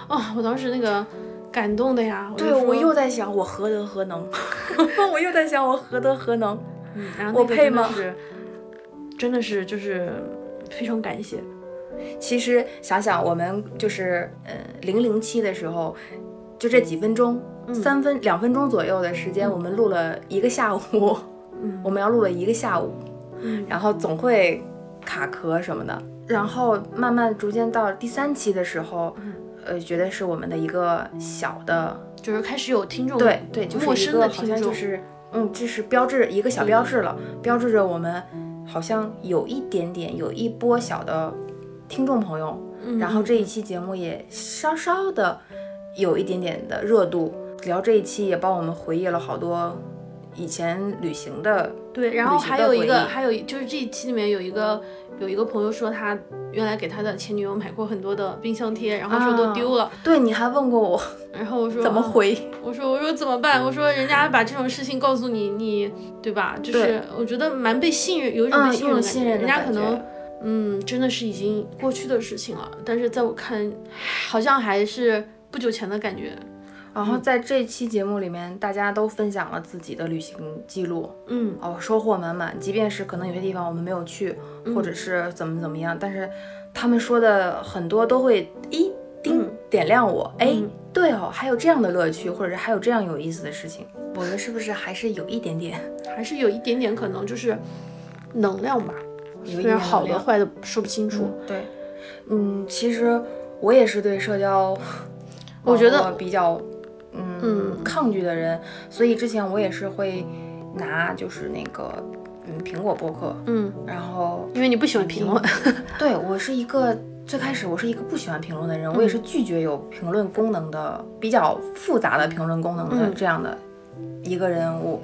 [SPEAKER 2] 啊、我当时那个感动的呀，我就
[SPEAKER 1] 对我
[SPEAKER 2] 说
[SPEAKER 1] 又在想我何德何 能，我又在想我何德何能。
[SPEAKER 2] 嗯，然后
[SPEAKER 1] 我
[SPEAKER 2] 那个
[SPEAKER 1] 配
[SPEAKER 2] 真的
[SPEAKER 1] 吗
[SPEAKER 2] 是？真的是就是非常感谢，
[SPEAKER 1] 其实想想我们就是呃零零七的时候，就这几分钟，
[SPEAKER 2] 嗯
[SPEAKER 1] 三分两分钟左右的时间，我们录了一个下午，
[SPEAKER 2] 嗯
[SPEAKER 1] 我们要录了一个下午，
[SPEAKER 2] 嗯
[SPEAKER 1] 然后总会卡壳什么的，然后慢慢逐渐到第三期的时候，
[SPEAKER 2] 嗯
[SPEAKER 1] 呃，觉得是我们的一个小的，
[SPEAKER 2] 就是开始有听众
[SPEAKER 1] 对对，就
[SPEAKER 2] 陌
[SPEAKER 1] 是一
[SPEAKER 2] 生
[SPEAKER 1] 个
[SPEAKER 2] 的
[SPEAKER 1] 好
[SPEAKER 2] 听
[SPEAKER 1] 像
[SPEAKER 2] 众，
[SPEAKER 1] 就是嗯，这是标志一个小标志了，标志着我们好像有一点点有一波小的听众朋友，
[SPEAKER 2] 嗯
[SPEAKER 1] 然后这一期节目也稍稍的有一点点的热度，聊这一期也帮我们回忆了好多以前旅行的，
[SPEAKER 2] 对，然后
[SPEAKER 1] 旅行
[SPEAKER 2] 还
[SPEAKER 1] 的
[SPEAKER 2] 有一
[SPEAKER 1] 回
[SPEAKER 2] 个
[SPEAKER 1] 忆
[SPEAKER 2] 还有一就是这一期里面有一个有一个朋友说他原来给他的前女友买过很多的冰箱贴，然后说都
[SPEAKER 1] 啊
[SPEAKER 2] 丢了，
[SPEAKER 1] 对，你还问过我
[SPEAKER 2] 然后我说
[SPEAKER 1] 怎么
[SPEAKER 2] 嗯
[SPEAKER 1] 回。
[SPEAKER 2] 我说我说怎么办？我说人家把这种事情告诉你，你对吧？就是我觉得蛮被信任，有一种
[SPEAKER 1] 嗯
[SPEAKER 2] 被信
[SPEAKER 1] 有
[SPEAKER 2] 任的
[SPEAKER 1] 种
[SPEAKER 2] 感觉，
[SPEAKER 1] 信任的
[SPEAKER 2] 人家
[SPEAKER 1] 感
[SPEAKER 2] 可能
[SPEAKER 1] 觉
[SPEAKER 2] 嗯，真的是已经过去的事情了。但是在我看，好像还是不久前的感觉。
[SPEAKER 1] 然
[SPEAKER 2] 嗯
[SPEAKER 1] 后在这期节目里面，大家都分享了自己的旅行记录，
[SPEAKER 2] 嗯，
[SPEAKER 1] 哦，收获满满。即便是可能有些地方我们没有去，或者是怎么怎么样，但是他们说的很多都会一叮
[SPEAKER 2] 嗯
[SPEAKER 1] 点亮我，哎、
[SPEAKER 2] 嗯
[SPEAKER 1] 对哦，还有这样的乐趣，或者是还有这样有意思的事情，我们是不是还是有一点点，
[SPEAKER 2] 还是有一点点可能就是能量吧，
[SPEAKER 1] 有一
[SPEAKER 2] 虽
[SPEAKER 1] 点
[SPEAKER 2] 然
[SPEAKER 1] 点
[SPEAKER 2] 好
[SPEAKER 1] 能
[SPEAKER 2] 的
[SPEAKER 1] 量
[SPEAKER 2] 坏的说不清楚。
[SPEAKER 1] 对，嗯，其实我也是对社交，
[SPEAKER 2] 我觉得
[SPEAKER 1] 网络比较，嗯，
[SPEAKER 2] 嗯
[SPEAKER 1] 抗拒的人，所以之前我也是会拿就是那个，嗯，苹果播客，
[SPEAKER 2] 嗯，
[SPEAKER 1] 然后
[SPEAKER 2] 因为你不喜欢评论，
[SPEAKER 1] 对我是一个
[SPEAKER 2] 嗯
[SPEAKER 1] 最开始我是一个不喜欢评论的人，我也是拒绝有评论功能的比较复杂的评论功能的
[SPEAKER 2] 嗯
[SPEAKER 1] 这样的一个人物。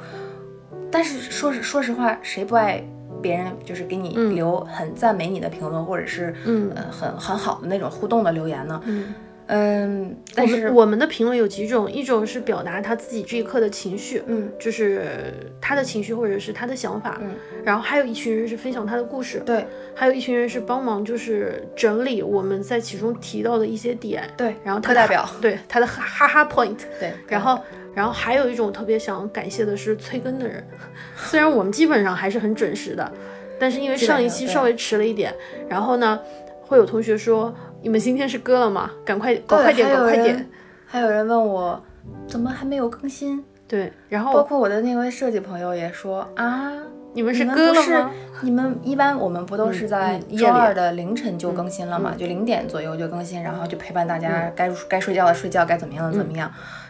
[SPEAKER 1] 但是说实说实话，谁不爱别人就是给你
[SPEAKER 2] 嗯
[SPEAKER 1] 留很赞美你的评论，或者是
[SPEAKER 2] 嗯
[SPEAKER 1] 呃很很好的那种互动的留言呢？
[SPEAKER 2] 嗯，
[SPEAKER 1] 嗯，但
[SPEAKER 2] 我
[SPEAKER 1] 是
[SPEAKER 2] 们我们的评论有几种，一种是表达他自己这一刻的情绪，
[SPEAKER 1] 嗯
[SPEAKER 2] 就是他的情绪或者是他的想法，
[SPEAKER 1] 嗯
[SPEAKER 2] 然后还有一群人是分享他的故事，
[SPEAKER 1] 对
[SPEAKER 2] 还有一群人是帮忙就是整理我们在其中提到的一些点，
[SPEAKER 1] 对，
[SPEAKER 2] 然后他
[SPEAKER 1] 课代
[SPEAKER 2] 的哈
[SPEAKER 1] 表
[SPEAKER 2] 对他的哈哈哈 point，
[SPEAKER 1] 对，
[SPEAKER 2] 然后然后还有一种特别想感谢的是催更的人， 虽然我们基本上还是很准时的，但是因为
[SPEAKER 1] 基本
[SPEAKER 2] 上一
[SPEAKER 1] 上
[SPEAKER 2] 期
[SPEAKER 1] 对
[SPEAKER 2] 稍微迟了一点，然后呢会有同学说你们今天是更了吗？赶快搞快点，
[SPEAKER 1] 还
[SPEAKER 2] 搞
[SPEAKER 1] 有
[SPEAKER 2] 快
[SPEAKER 1] 人
[SPEAKER 2] 点，
[SPEAKER 1] 还有人问我怎么还没有更新，
[SPEAKER 2] 对，然
[SPEAKER 1] 包
[SPEAKER 2] 后
[SPEAKER 1] 括我的那位设计朋友也说啊。
[SPEAKER 2] 你们是
[SPEAKER 1] 你们
[SPEAKER 2] 更
[SPEAKER 1] 不
[SPEAKER 2] 了
[SPEAKER 1] 是
[SPEAKER 2] 吗？
[SPEAKER 1] 你们一般我们不都是在
[SPEAKER 2] 嗯嗯
[SPEAKER 1] 周
[SPEAKER 2] 夜里嗯
[SPEAKER 1] 二的凌晨就更新了嘛？就零点左右就更新，然后就陪伴大家该该睡觉的睡觉，该怎么样的
[SPEAKER 2] 嗯
[SPEAKER 1] 怎么样。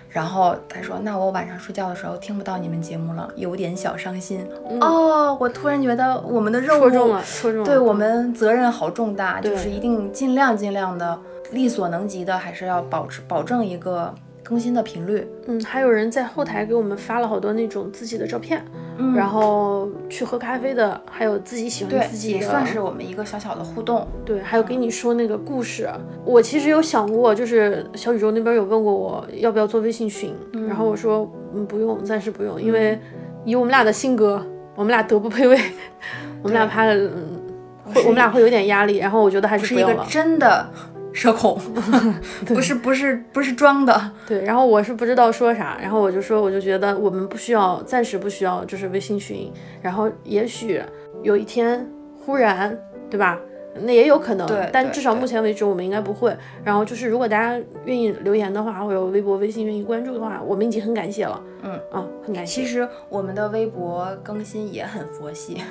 [SPEAKER 1] 然后他说：“那我晚上睡觉的时候听不到你们节目了，有点小伤心。哦，我突然觉得我们的任务
[SPEAKER 2] 戳中嗯了，戳中了，
[SPEAKER 1] 对我们责任好重大，
[SPEAKER 2] 对
[SPEAKER 1] 就是一定尽量尽量的，力所能及的，还是要保持保证一个更新的频率。
[SPEAKER 2] 嗯，还有人在后台给我们发了好多那种自己的照片，
[SPEAKER 1] 嗯
[SPEAKER 2] 然后去喝咖啡的，还有自己喜
[SPEAKER 1] 对
[SPEAKER 2] 欢自，己
[SPEAKER 1] 也
[SPEAKER 2] 的，
[SPEAKER 1] 算是我们一个小小的互动。
[SPEAKER 2] 对，还有跟你说那个故事，我其实有想过，就是小宇宙那边有问过我要不要做微信群，然后我说嗯不用，暂时不用，因为以我们俩的性格，我们俩德不配位， 我们俩怕嗯会我们俩会有点压力，然后我觉得还是
[SPEAKER 1] 是
[SPEAKER 2] 不
[SPEAKER 1] 一
[SPEAKER 2] 用
[SPEAKER 1] 个
[SPEAKER 2] 了。
[SPEAKER 1] 真的社 恐，不是不是不是装的。
[SPEAKER 2] 对，然后我是不知道说啥，然后我就说我就觉得我们不需要，暂时不需要就是微信群，然后也许有一天忽然对吧？那也有可能
[SPEAKER 1] 对，
[SPEAKER 2] 但
[SPEAKER 1] 对
[SPEAKER 2] 至少
[SPEAKER 1] 对
[SPEAKER 2] 目前为止我们应该不会。然后就是，如果大家愿意留言的话，或者微博、微信愿意关注的话，我们已经很感谢了。
[SPEAKER 1] 嗯
[SPEAKER 2] 啊，很感谢
[SPEAKER 1] 其。实我们的微博更新也很佛系，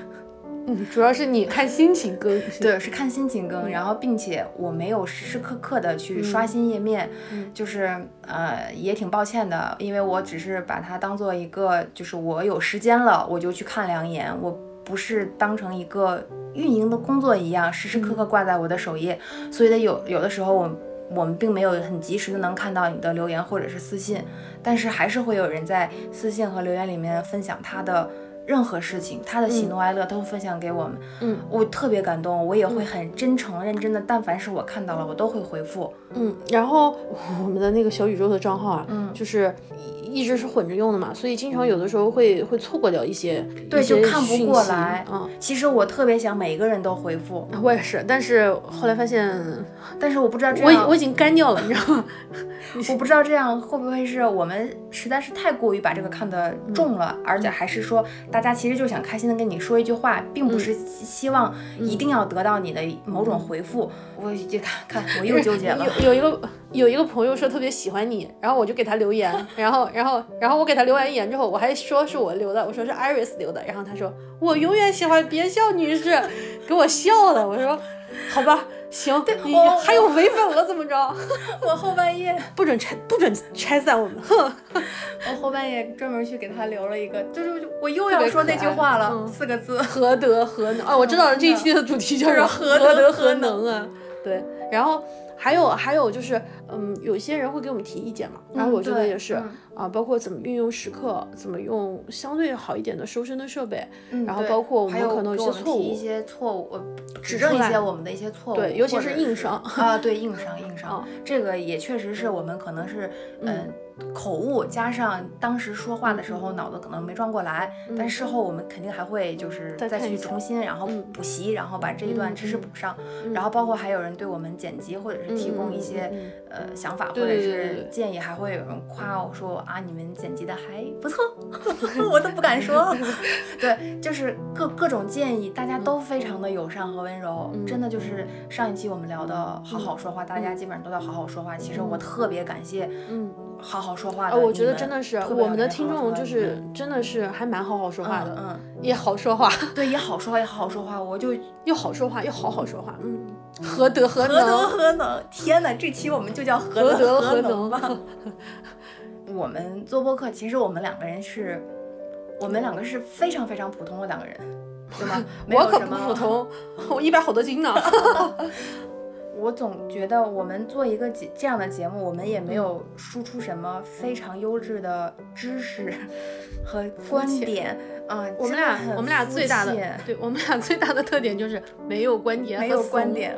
[SPEAKER 2] 嗯，主要是你看心情更新。
[SPEAKER 1] 对，是看心情更，然后并且我没有时时刻刻的去刷新页面，
[SPEAKER 2] 嗯
[SPEAKER 1] 就是呃也挺抱歉的，因为我只是把它当做一个，就是我有时间了我就去看两眼，我不是当成一个运营的工作一样，时时刻刻挂在我的首页，所以呢有有的时候我。我们并没有很及时的能看到你的留言或者是私信，但是还是会有人在私信和留言里面分享他的任何事情，他的喜怒哀乐都分享给我们。
[SPEAKER 2] 嗯，
[SPEAKER 1] 我特别感动，我也会很真诚认真的，但凡是我看到了，我都会回复。
[SPEAKER 2] 嗯，然后我们的那个小宇宙的账号啊，
[SPEAKER 1] 嗯
[SPEAKER 2] 就是一直是混着用的嘛，所以经常有的时候会会错过掉一些，
[SPEAKER 1] 对
[SPEAKER 2] 一些
[SPEAKER 1] 就看不
[SPEAKER 2] 讯
[SPEAKER 1] 过
[SPEAKER 2] 息
[SPEAKER 1] 来
[SPEAKER 2] 嗯，
[SPEAKER 1] 其实我特别想每个人都回复，
[SPEAKER 2] 我也是，但是后来发现
[SPEAKER 1] 但是我不知道这
[SPEAKER 2] 我已
[SPEAKER 1] 样，
[SPEAKER 2] 我已经干掉了，你知道吗？
[SPEAKER 1] 我不知道这样会不会是我们实在是太过于把这个看得重了，而且还是说大家其实就想开心的跟你说一句话，并不是希希望一定要得到你的某种回复。我就看看我 又纠结了。
[SPEAKER 2] 有有一个有一个朋友说特别喜欢你，然后我就给他留言，然后然后然后我给他留完言之后，我还说是我留的，我说是 Iris 留的，然后他说我永远喜欢别笑女士，给我笑的，我说好吧，行，你
[SPEAKER 1] 我
[SPEAKER 2] 还有唯粉了怎么着？
[SPEAKER 1] 我后半夜，
[SPEAKER 2] 不准拆不准拆散我们，哼，
[SPEAKER 1] 我后半夜专门去给他留了一个，就是我又
[SPEAKER 2] 特
[SPEAKER 1] 要
[SPEAKER 2] 别
[SPEAKER 1] 说那句
[SPEAKER 2] 可爱
[SPEAKER 1] 话了，
[SPEAKER 2] 嗯
[SPEAKER 1] 四个字。
[SPEAKER 2] 何德何能啊！我知道了，这一期的主题叫
[SPEAKER 1] 嗯就是
[SPEAKER 2] 做
[SPEAKER 1] 何德
[SPEAKER 2] 德
[SPEAKER 1] 何
[SPEAKER 2] 何
[SPEAKER 1] 能
[SPEAKER 2] 啊，对，然后。还有还有就是，嗯，有一些人会给我们提意见嘛，然后
[SPEAKER 1] 嗯
[SPEAKER 2] 我觉得
[SPEAKER 1] 对
[SPEAKER 2] 也是、
[SPEAKER 1] 嗯
[SPEAKER 2] 啊，包括怎么运用时刻，怎么用相对好一点的收声的设备，
[SPEAKER 1] 嗯
[SPEAKER 2] 然后
[SPEAKER 1] 对
[SPEAKER 2] 包括我们
[SPEAKER 1] 还有
[SPEAKER 2] 可能有
[SPEAKER 1] 给
[SPEAKER 2] 一
[SPEAKER 1] 我
[SPEAKER 2] 些
[SPEAKER 1] 们
[SPEAKER 2] 错
[SPEAKER 1] 提
[SPEAKER 2] 误
[SPEAKER 1] 一些错误，呃指
[SPEAKER 2] 指
[SPEAKER 1] 正
[SPEAKER 2] 出
[SPEAKER 1] 一
[SPEAKER 2] 来
[SPEAKER 1] 些我们的一些错误，
[SPEAKER 2] 对尤其
[SPEAKER 1] 或
[SPEAKER 2] 是
[SPEAKER 1] 者
[SPEAKER 2] 硬伤
[SPEAKER 1] 啊，对硬伤硬伤
[SPEAKER 2] 啊，
[SPEAKER 1] 这个也确实是我们可能是嗯口误加上当时说话的时候脑子可能没转过来，
[SPEAKER 2] 嗯
[SPEAKER 1] 但事后我们肯定还会就是
[SPEAKER 2] 再
[SPEAKER 1] 再
[SPEAKER 2] 看一
[SPEAKER 1] 去
[SPEAKER 2] 下
[SPEAKER 1] 重新，然后
[SPEAKER 2] 嗯
[SPEAKER 1] 补习，然后把这一段知识补上，
[SPEAKER 2] 嗯
[SPEAKER 1] 然后包括还有人对我们剪辑或者是提供一些、
[SPEAKER 2] 嗯嗯嗯
[SPEAKER 1] 呃想法或
[SPEAKER 2] 对
[SPEAKER 1] 者
[SPEAKER 2] 对对对
[SPEAKER 1] 是
[SPEAKER 2] 对
[SPEAKER 1] 建议，还会有人夸我说啊你们剪辑的还不 错，我都不敢说。对，就是各各种建议，大家都非常的友善和温柔，
[SPEAKER 2] 嗯
[SPEAKER 1] 真的就是上一期我们聊的好好说话，大家基本上都在好好说话。其实我特别感谢
[SPEAKER 2] 嗯。
[SPEAKER 1] 好好说话
[SPEAKER 2] 啊，
[SPEAKER 1] 的、
[SPEAKER 2] 我觉得真的是我们的听众，就
[SPEAKER 1] 你
[SPEAKER 2] 是
[SPEAKER 1] 们
[SPEAKER 2] 真的是还蛮好好说
[SPEAKER 1] 特别
[SPEAKER 2] 话
[SPEAKER 1] 有人好好说话
[SPEAKER 2] 的，
[SPEAKER 1] 嗯嗯，
[SPEAKER 2] 也好说话，
[SPEAKER 1] 对，也好说话，也好好说话，我就
[SPEAKER 2] 又好说话，又好好说话，嗯，何德哦何
[SPEAKER 1] 何德
[SPEAKER 2] 能，
[SPEAKER 1] 何能？天哪，这期我们就叫何
[SPEAKER 2] 德
[SPEAKER 1] 何
[SPEAKER 2] 能
[SPEAKER 1] 吧。我们做播客，其实我们两个人是，我们两个是非常非常普通的两个人，对 吗？没
[SPEAKER 2] 我
[SPEAKER 1] 有
[SPEAKER 2] 可
[SPEAKER 1] 什
[SPEAKER 2] 不
[SPEAKER 1] 么
[SPEAKER 2] 普。通， 我一百好多斤呢。
[SPEAKER 1] 我总觉得我们做一个节这样的节目，我们也没有输出什么非常优质的知 识和观点啊。
[SPEAKER 2] 我们
[SPEAKER 1] 真
[SPEAKER 2] 俩
[SPEAKER 1] 的很
[SPEAKER 2] 我们俩最大的
[SPEAKER 1] 肤浅，
[SPEAKER 2] 对我们俩最大的特点就是没有观点，
[SPEAKER 1] 没有观， 点，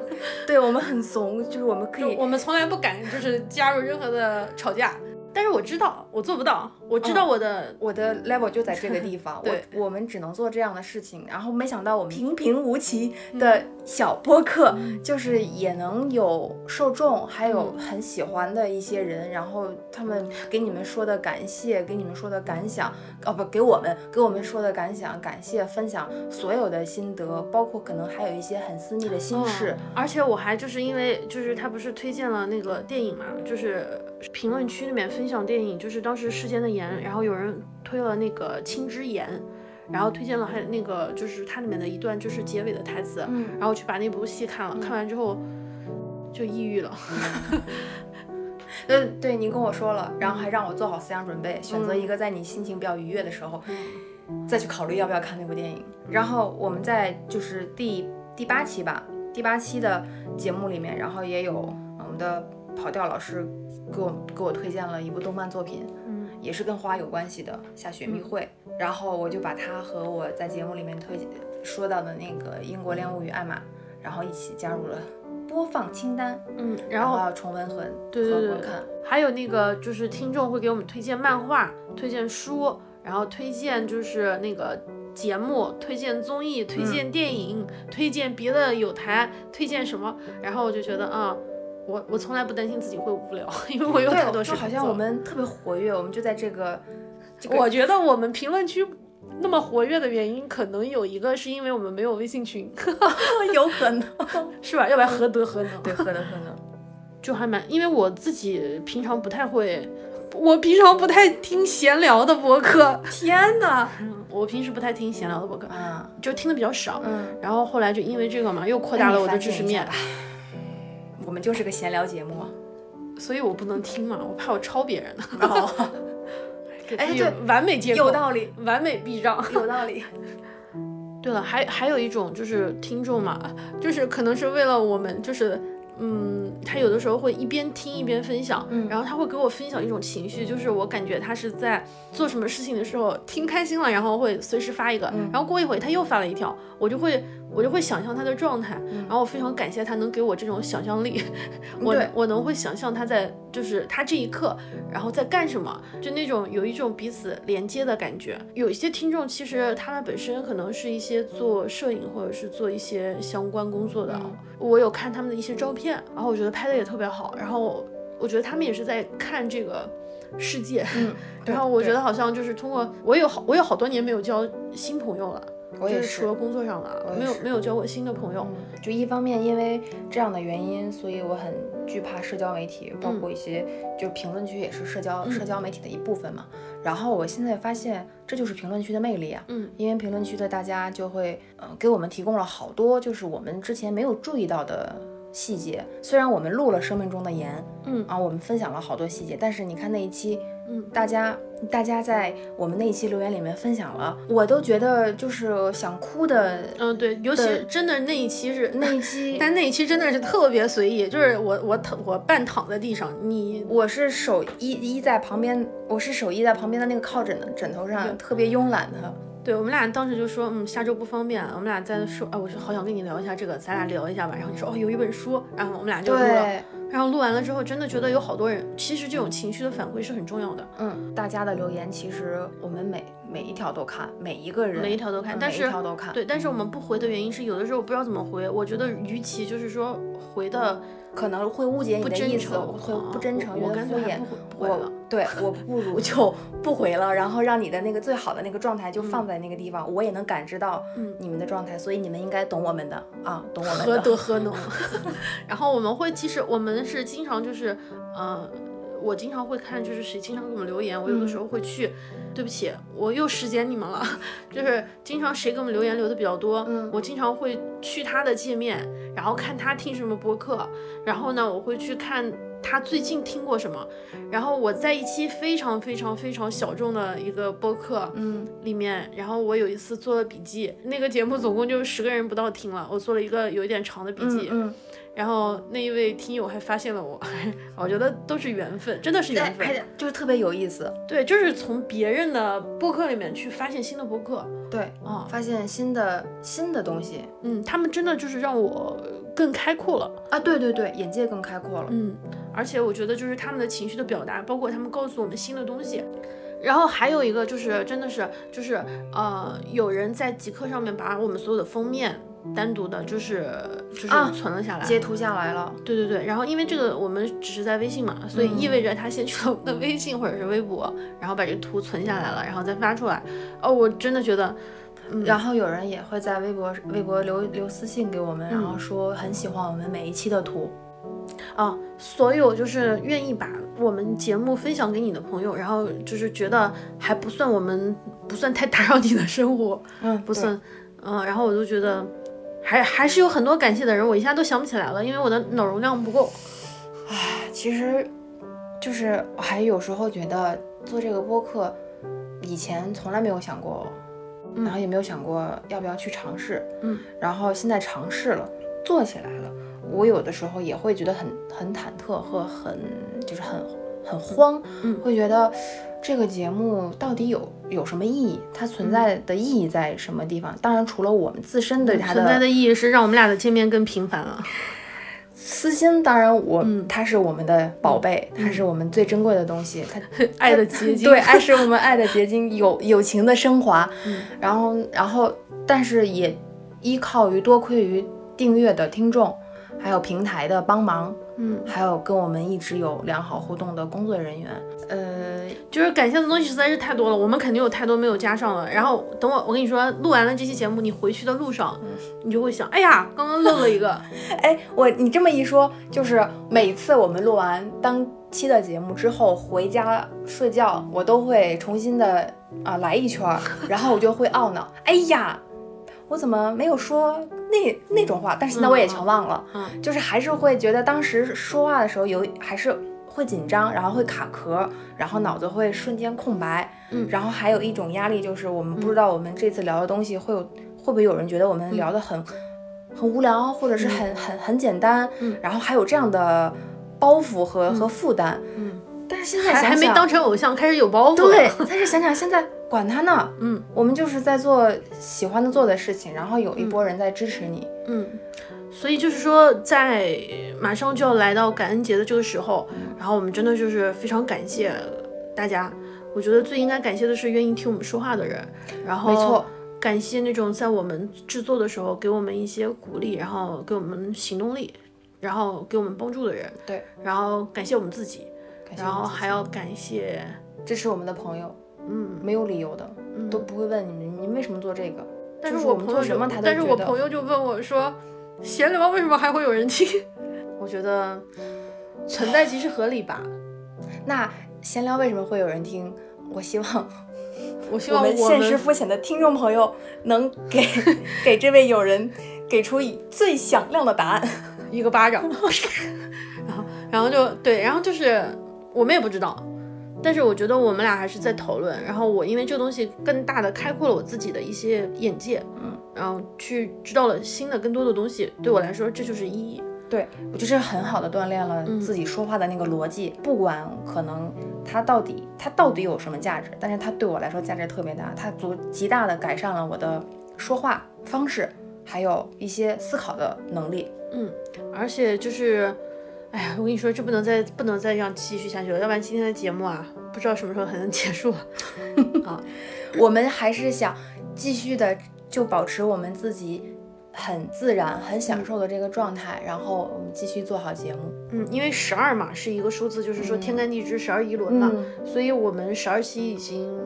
[SPEAKER 1] 对我们很怂，就是我们可
[SPEAKER 2] 就
[SPEAKER 1] 以
[SPEAKER 2] 我们从来不敢就是加入任何的吵架，但是我知道我做不到，我知
[SPEAKER 1] 嗯
[SPEAKER 2] 道我的
[SPEAKER 1] 我的 level 就在这个地 方，
[SPEAKER 2] 对
[SPEAKER 1] 我我们只能做这样的事情。然后没想到我们平平无奇嗯的小播客，就是也能有受众，还有很喜欢的一些人，然后他们给你们说的感谢，给你们说的感想，哦不，给我们给我们说的感想、感谢、分享所有的心得，包括可能还有一些很私密的心事
[SPEAKER 2] 嗯。而且我还就是因为就是他不是推荐了那个电影嘛，就是评论区里面分享电影，就是当时《世间的盐》，然后有人推了那个《青之盐》，然后推荐了还有那个就是它里面的一段就是结尾的台词，
[SPEAKER 1] 嗯，
[SPEAKER 2] 然后我去把那部戏看了，看完之后就抑郁了。
[SPEAKER 1] 对呃对，您跟我说了，然后还让我做好思想准备，选择一个在你心情比较愉悦的时候，再去考虑要不要看那部电影。然后我们在就是第第八期吧，第八期的节目里面，然后也有呃我们的跑调老师给我给我推荐了一部动漫作品，
[SPEAKER 2] 嗯，
[SPEAKER 1] 也是跟花有关系的《下雪密会》，然后我就把它和我在节目里面推荐说到的那个《英国恋物与艾玛》，然后一起加入了播放清单，
[SPEAKER 2] 嗯，
[SPEAKER 1] 然
[SPEAKER 2] 然后
[SPEAKER 1] 要重温和
[SPEAKER 2] 对对
[SPEAKER 1] 和
[SPEAKER 2] 对
[SPEAKER 1] 观看。
[SPEAKER 2] 还有那个就是听众会给我们推荐漫画、推荐书，然后推荐就是那个节目、推荐综艺、推荐电影、推荐别的有台、推荐什么，然后我就觉得啊、我我从来不担心自己会无聊，因为我有太多
[SPEAKER 1] 对，
[SPEAKER 2] 事
[SPEAKER 1] 就
[SPEAKER 2] 情
[SPEAKER 1] 好像
[SPEAKER 2] 做
[SPEAKER 1] 我们特别活跃，我们就在这个这个
[SPEAKER 2] 我觉得我们评论区。那么活跃的原因，可能有一个是因为我们没有微信群，
[SPEAKER 1] 有可能，
[SPEAKER 2] 是吧？要不然何德何能？
[SPEAKER 1] 对，可能可能。
[SPEAKER 2] 就还蛮，因为我自己平常不太会，我平常不太听闲聊的博客， 嗯
[SPEAKER 1] 天哪！
[SPEAKER 2] 我平时不太听闲聊的博客，
[SPEAKER 1] 啊，
[SPEAKER 2] 就听的比较少。
[SPEAKER 1] 嗯，
[SPEAKER 2] 然后后来就因为这个嘛，又扩大了我的知识面
[SPEAKER 1] 那，我们就是个闲聊节目。
[SPEAKER 2] 所以我不能听嘛，我怕我抄别人的，
[SPEAKER 1] 哦，
[SPEAKER 2] 给自己
[SPEAKER 1] 对
[SPEAKER 2] 完美借口，
[SPEAKER 1] 有道理，
[SPEAKER 2] 完美避让。
[SPEAKER 1] 有道理。
[SPEAKER 2] 对了，还还有一种就是听众嘛，就是可能是为了我们，就是嗯，他有的时候会一边听一边分享，
[SPEAKER 1] 嗯
[SPEAKER 2] 然后他会给我分享一种情绪，就是我感觉他是在做什么事情的时候听开心了，然后会随时发一个，
[SPEAKER 1] 嗯
[SPEAKER 2] 然后过一会他又发了一条，我就会我就会想象他的状态，
[SPEAKER 1] 嗯
[SPEAKER 2] 然后我非常感谢他能给我这种想 象力，我
[SPEAKER 1] 对
[SPEAKER 2] 我能会想象他在就是他这一刻，然后在干什么，就那种有一种彼此连接的感觉。有一些听众其实他们本身可能是一些做摄影或者是做一些相关工作的，
[SPEAKER 1] 嗯
[SPEAKER 2] 我有看他们的一些照片，然后我觉得拍的也特别好，然后我觉得他们也是在看这个世界，
[SPEAKER 1] 嗯，对
[SPEAKER 2] 然后我觉得，好像就是通过我有好我有好多年没有交新朋友了。
[SPEAKER 1] 对我
[SPEAKER 2] 就
[SPEAKER 1] 也
[SPEAKER 2] 是除
[SPEAKER 1] 是
[SPEAKER 2] 了。工作上的
[SPEAKER 1] 我，也
[SPEAKER 2] 没有
[SPEAKER 1] 是
[SPEAKER 2] 没有交过新的朋友。
[SPEAKER 1] 嗯就一方面因为这样的原因，所以我很惧怕社交媒体，
[SPEAKER 2] 嗯
[SPEAKER 1] 包括一些就评论区也是社交社交媒体的一部分嘛。然后我现在发现，这就是评论区的魅力啊。
[SPEAKER 2] 嗯
[SPEAKER 1] 因为评论区的大家就会，呃，给我们提供了好多就是我们之前没有注意到的细节。虽然我们录了生命中的盐
[SPEAKER 2] 嗯
[SPEAKER 1] 啊，我们分享了好多细节，但是你看那一期，
[SPEAKER 2] 嗯，
[SPEAKER 1] 大家大家在我们那一期留言里面分享了，我都觉得就是想哭的
[SPEAKER 2] 嗯，对，尤其
[SPEAKER 1] 对
[SPEAKER 2] 是真的那一期是，
[SPEAKER 1] 那一期
[SPEAKER 2] 但那一期真的是特别随意，就是
[SPEAKER 1] 嗯
[SPEAKER 2] 我我躺我半躺在地上，你
[SPEAKER 1] 我是手依依在旁边，我是手依在旁边的那个靠枕的枕头上，特别慵懒的。
[SPEAKER 2] 对我们俩当时就说，嗯，下周不方便，我们俩在说，哎，我是好想跟你聊一下这个，咱俩聊一下吧。然后你说，哦，有一本书，然后我们俩就录了，
[SPEAKER 1] 嗯对，
[SPEAKER 2] 然后录完了之后，真的觉得有好多人，其实这种情绪的反馈是很重要的，
[SPEAKER 1] 嗯，大家的留言其实我们每每一条都看，每一个人
[SPEAKER 2] 每一条都看
[SPEAKER 1] 嗯
[SPEAKER 2] 但是
[SPEAKER 1] 每一条都看，
[SPEAKER 2] 对。但是我们不回的原因是，有的时候我不知道怎么回，我觉得与其就是说回的
[SPEAKER 1] 可能会误解你
[SPEAKER 2] 不
[SPEAKER 1] 的
[SPEAKER 2] 真
[SPEAKER 1] 意思，
[SPEAKER 2] 诚
[SPEAKER 1] 会
[SPEAKER 2] 啊
[SPEAKER 1] 不真诚，
[SPEAKER 2] 我
[SPEAKER 1] 觉得
[SPEAKER 2] 干
[SPEAKER 1] 敷
[SPEAKER 2] 脆还
[SPEAKER 1] 衍
[SPEAKER 2] 不回。不回
[SPEAKER 1] 我
[SPEAKER 2] 了。
[SPEAKER 1] 对，我不如就不回了，然后让你的那个最好的那个状态就放在那个地方，我也能感知到
[SPEAKER 2] 嗯
[SPEAKER 1] 你们的状态，所以你们应该懂我们的啊，懂我们
[SPEAKER 2] 何
[SPEAKER 1] 的。
[SPEAKER 2] 德何能？ 然后我们会，其实我们是经常就是，呃，我经常会看就是谁经常给我们留言，我有的时候会去，对不起，我又时间你们了， 就是经常谁给我们留言留的比较多，
[SPEAKER 1] 嗯
[SPEAKER 2] 我经常会去他的界面，然后看他听什么播客，然后呢，我会去看。他最近听过什么？然后我在一期非常非常非常小众的一个播客，
[SPEAKER 1] 嗯
[SPEAKER 2] 里面，然后我有一次做了笔记，那个节目总共就十个人不到听了，我做了一个有一点长的笔
[SPEAKER 1] 嗯
[SPEAKER 2] 记，
[SPEAKER 1] 嗯，
[SPEAKER 2] 然后那一位听友还发现了我， 我觉得都是缘分，真的是
[SPEAKER 1] 对
[SPEAKER 2] 缘，分，
[SPEAKER 1] 还嗯哎就是特别有意思，
[SPEAKER 2] 对，就是从别人的播客里面去发现新的播客，
[SPEAKER 1] 对，
[SPEAKER 2] 啊、
[SPEAKER 1] 发现新的新的东西
[SPEAKER 2] 嗯，他们真的就是让我更开阔了。
[SPEAKER 1] 啊，对对对，眼界更开阔了。
[SPEAKER 2] 嗯，而且我觉得就是他们的情绪的表达，包括他们告诉我们新的东西。然后还有一个就是，真的是就是呃，有人在极客上面把我们所有的封面单独的，就是就是
[SPEAKER 1] 啊
[SPEAKER 2] 存了下来。
[SPEAKER 1] 截图下来了，
[SPEAKER 2] 对对对，然后因为这个我们只是在微信嘛，所以意
[SPEAKER 1] 嗯
[SPEAKER 2] 味着他先去了我们的微信或者是微博，然后把这个图存下来了，然后再发出来。哦，我真的觉得，嗯，
[SPEAKER 1] 然后有人也会在微博微博留留私信给我们，然
[SPEAKER 2] 嗯
[SPEAKER 1] 后说很喜欢我们每一期的图，
[SPEAKER 2] 啊，所有就是愿意把我们节目分享给你的朋友，然后就是觉得还不算我们不算太打扰你的生活，
[SPEAKER 1] 嗯，
[SPEAKER 2] 不
[SPEAKER 1] 对
[SPEAKER 2] 算，嗯、然后我就觉得还还是有很多感谢的人，我一下都想不起来了，因为我的脑容量不够。
[SPEAKER 1] 其实，就是我还有时候觉得做这个播客，以前从来没有想过，
[SPEAKER 2] 嗯
[SPEAKER 1] 然后也没有想过要不要去尝试，
[SPEAKER 2] 嗯，
[SPEAKER 1] 然后现在尝试了，做起来了，我有的时候也会觉得很很忐忑和很就是很很慌，
[SPEAKER 2] 嗯
[SPEAKER 1] 会觉得。这个节目到底有有什么意义？它存
[SPEAKER 2] 嗯
[SPEAKER 1] 在的意义在什么地方？当然，除了我们自身对它
[SPEAKER 2] 嗯存在的意义是让我们俩的见面更频繁了。
[SPEAKER 1] 私心，当然我、
[SPEAKER 2] 嗯
[SPEAKER 1] 它是我们的宝贝，它是我们最珍贵的东西，它
[SPEAKER 2] 爱的 结晶。
[SPEAKER 1] 对， 爱是我们爱的结晶，友友情的升华。
[SPEAKER 2] 嗯
[SPEAKER 1] 然后，然后，但是也依靠于多亏于订阅的听众，还有平台的帮忙，
[SPEAKER 2] 嗯，
[SPEAKER 1] 还有跟我们一直有良好互动的工作人员。呃，
[SPEAKER 2] 就是感谢的东西实在是太多了，我们肯定有太多没有加上了。然后等我，我跟你说，录完了这期节目，你回去的路上，
[SPEAKER 1] 嗯
[SPEAKER 2] 你就会想，哎呀，刚刚漏了一个。
[SPEAKER 1] 哎，我你这么一说，就是每次我们录完当期的节目之后回家睡觉，我都会重新的啊、来一圈儿，然后我就会懊 恼，哎呀，我怎么没有说那那种话？但是现在我也全忘了，
[SPEAKER 2] 嗯
[SPEAKER 1] 就是还是会觉得当时说话的时候有还是会紧张，然后会卡壳，然后脑子会瞬间空白，
[SPEAKER 2] 嗯
[SPEAKER 1] 然后还有一种压力就是我们不知道我们这次聊的东西会有、会不会有人觉得我
[SPEAKER 2] 嗯
[SPEAKER 1] 们聊的很、很无聊，或者是很、很很简单，
[SPEAKER 2] 嗯
[SPEAKER 1] 然后还有这样的包袱和、和负担，
[SPEAKER 2] 嗯，
[SPEAKER 1] 但是 现在
[SPEAKER 2] 还
[SPEAKER 1] 想想
[SPEAKER 2] 还没当成偶像，开始有包袱了。
[SPEAKER 1] 对，但是想想现在管他呢，
[SPEAKER 2] 嗯
[SPEAKER 1] 我们就是在做喜欢的做的事情，然后有一波人在支持你，
[SPEAKER 2] 嗯。所以就是说，在马上就要来到感恩节的这个时候，然后我们真的就是非常感谢大家。我觉得最应该感谢的是愿意听我们说话的人，然后
[SPEAKER 1] 没错，
[SPEAKER 2] 感谢那种在我们制作的时候给我们一些鼓励，然后给我们行动力，然后给我们帮助的人，
[SPEAKER 1] 对，
[SPEAKER 2] 然后感谢我们自己，
[SPEAKER 1] 感谢
[SPEAKER 2] 然
[SPEAKER 1] 我们
[SPEAKER 2] 后
[SPEAKER 1] 自己
[SPEAKER 2] 还要感谢，
[SPEAKER 1] 支持我们的朋友，
[SPEAKER 2] 嗯，
[SPEAKER 1] 没有理由的，
[SPEAKER 2] 嗯
[SPEAKER 1] 都不会问你们你们为什么做这个，
[SPEAKER 2] 但
[SPEAKER 1] 就是是
[SPEAKER 2] 我
[SPEAKER 1] 们
[SPEAKER 2] 朋
[SPEAKER 1] 做
[SPEAKER 2] 友
[SPEAKER 1] 什
[SPEAKER 2] 就
[SPEAKER 1] 么他都
[SPEAKER 2] 但是
[SPEAKER 1] 觉
[SPEAKER 2] 我
[SPEAKER 1] 得
[SPEAKER 2] 朋友就问我说，闲聊为什么还会有人听？ 我觉得存在即是合理吧。
[SPEAKER 1] 那闲聊为什么会有人听？我希望
[SPEAKER 2] 我希
[SPEAKER 1] 我
[SPEAKER 2] 望
[SPEAKER 1] 们
[SPEAKER 2] 我
[SPEAKER 1] 现实
[SPEAKER 2] 们
[SPEAKER 1] 肤浅的听众朋友能 给给这位友人给出以最响亮的答案。
[SPEAKER 2] 一个巴掌， 然后然后就对，然后就是我们也不知道，但是我觉得我们俩还是在讨论，然后我因为这个东西更大的开阔了我自己的一些眼界，
[SPEAKER 1] 嗯，
[SPEAKER 2] 然后去知道了新的更多的东西，对我来说这就是意义，
[SPEAKER 1] 对我觉得这很好的锻炼了
[SPEAKER 2] 嗯
[SPEAKER 1] 自己说话的那个逻辑，不管可能它到底它到底有什么价值，但是它对我来说价值特别大，它足极大的改善了我的说话方式，还有一些思考的能力。
[SPEAKER 2] 而且就是。哎呀，我跟你说，这不能再不能再这样继续下去了，要不然今天的节目啊，不知道什么时候才能结束啊。
[SPEAKER 1] 我们还是想继续的就保持我们自己很自然、很享受的这个状态，然后我们继续做好节目。
[SPEAKER 2] 嗯，因为十二嘛是一个数字，就是说天干地支十二一轮嘛，
[SPEAKER 1] 嗯
[SPEAKER 2] 所以我们十二期已经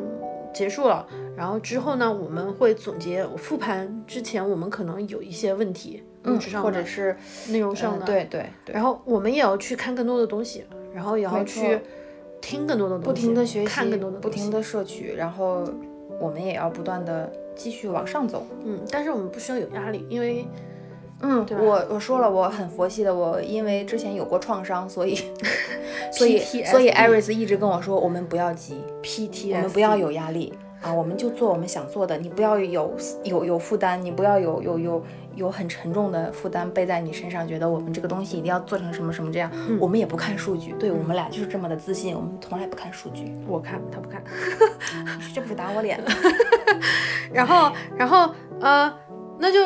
[SPEAKER 2] 结束了。然后之后呢，我们会总结复盘之前我们可能有一些问题，物质上的
[SPEAKER 1] 嗯或者是
[SPEAKER 2] 内容上
[SPEAKER 1] 嗯，
[SPEAKER 2] 的，
[SPEAKER 1] 对对对，
[SPEAKER 2] 然后我们也要去看更多的东西，然后也要
[SPEAKER 1] 没
[SPEAKER 2] 去
[SPEAKER 1] 错
[SPEAKER 2] 听更多的东西，
[SPEAKER 1] 不停的学习，
[SPEAKER 2] 看更多的
[SPEAKER 1] 不
[SPEAKER 2] 东西
[SPEAKER 1] 停的摄取，然后我们也要不断的继续往上走。
[SPEAKER 2] 嗯，但是我们不需要有压力，因为
[SPEAKER 1] 嗯
[SPEAKER 2] 对吧
[SPEAKER 1] 我我说了，我很佛系的，我因为之前有过创伤，所以 所以
[SPEAKER 2] PTSD
[SPEAKER 1] 所以艾瑞斯一直跟我说，我们不要急，
[SPEAKER 2] PT
[SPEAKER 1] 我们不要有压力啊，我们就做我们想做的，你不要有有有负担，你不要有有有有很沉重的负担背在你身上，觉得我们这个东西一定要做成什么什么这样，我们也不看数据，对我们俩就是这么的自信，我们从来不看数据，
[SPEAKER 2] 我看他不看，
[SPEAKER 1] 这不是打我脸吗？
[SPEAKER 2] 然后然后呃，那就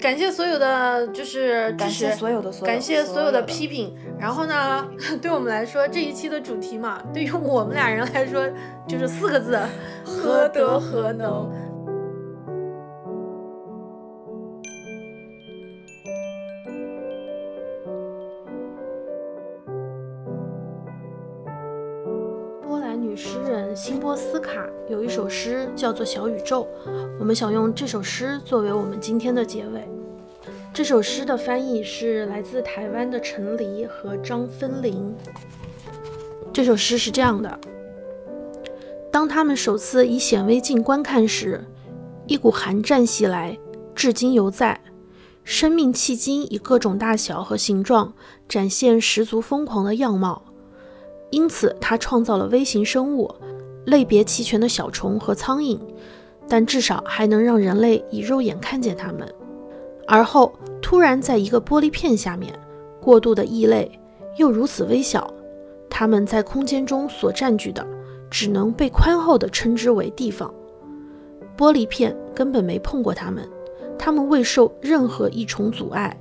[SPEAKER 2] 感谢所有的就是
[SPEAKER 1] 感谢
[SPEAKER 2] 支持
[SPEAKER 1] 所有的所有
[SPEAKER 2] 感谢所有的批
[SPEAKER 1] 评，
[SPEAKER 2] 评。然后呢， 对我们来说这一期的主题嘛，对于我们俩人来说就是四个字：何德何能。波兰女诗人辛波斯卡有一首诗叫做《小宇宙》，我们想用这首诗作为我们今天的结尾。这首诗的翻译是来自台湾的陈黎和张芬玲。这首诗是这样的：当他们首次以显微镜观看时，一股寒战袭来，至今犹在。生命迄今以各种大小和形状展现十足疯狂的样貌，因此它创造了微型生物，类别齐全的小虫和苍蝇，但至少还能让人类以肉眼看见它们。而后突然在一个玻璃片下面，过度的异类又如此微小，它们在空间中所占据的，只能被宽厚的称之为地方。玻璃片根本没碰过它们，它们未受任何一重阻碍，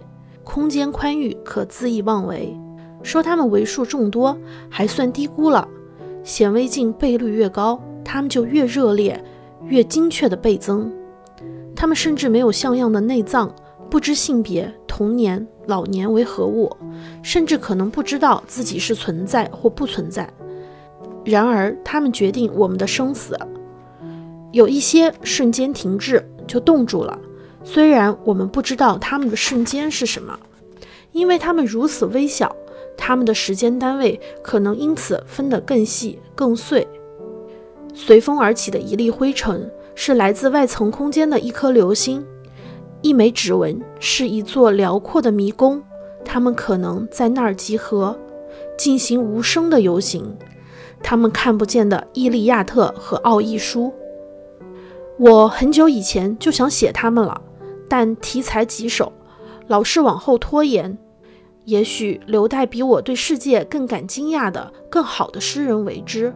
[SPEAKER 2] 空间宽裕可恣意妄为。说它们为数众多，还算低估了。显微镜倍率越高，它们就越热烈，越精确的倍增。它们甚至没有像样的内脏，不知性别、童年、老年为何物，甚至可能不知道自己是存在或不存在。然而，它们决定我们的生死。有一些瞬间停滞，就冻住了。虽然我们不知道它们的瞬间是什么，因为它们如此微小，它们的时间单位可能因此分得更细、更碎。随风而起的一粒灰尘，是来自外层空间的一颗流星；一枚指纹是一座辽阔的迷宫，它们可能在那儿集合，进行无声的游行。他们看不见的《伊利亚特》和《奥义书》，我很久以前就想写它们了，但题材棘手，老是往后拖延。也许留待比我对世界更感惊讶的、更好的诗人为之。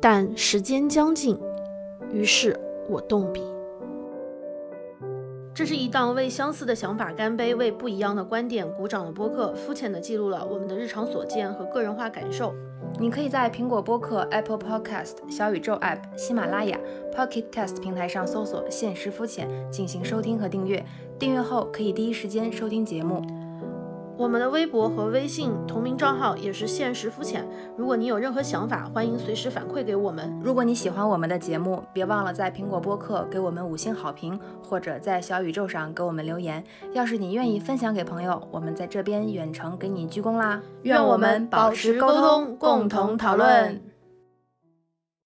[SPEAKER 2] 但时间将近，于是我动笔。这是一档为相似的想法干杯、为不一样的观点鼓掌的播客，肤浅的记录了我们的日常所见和个人化感受。
[SPEAKER 1] 你可以在苹果播客、Apple Podcast、小宇宙 App、喜马拉雅、Pocket Cast 平台上搜索“现实肤浅”进行收听和订阅。订阅后可以第一时间收听节目。
[SPEAKER 2] 我们的微博和微信同名账号也是现实肤浅。如果你有任何想法，欢迎随时反馈给我们。
[SPEAKER 1] 如果你喜欢我们的节目，别忘了在苹果播客给我们五星好评，或者在小宇宙上给我们留言。要是你愿意分享给朋友，我们在这边远程给你鞠躬啦！
[SPEAKER 2] 愿我们保持沟通共同讨论。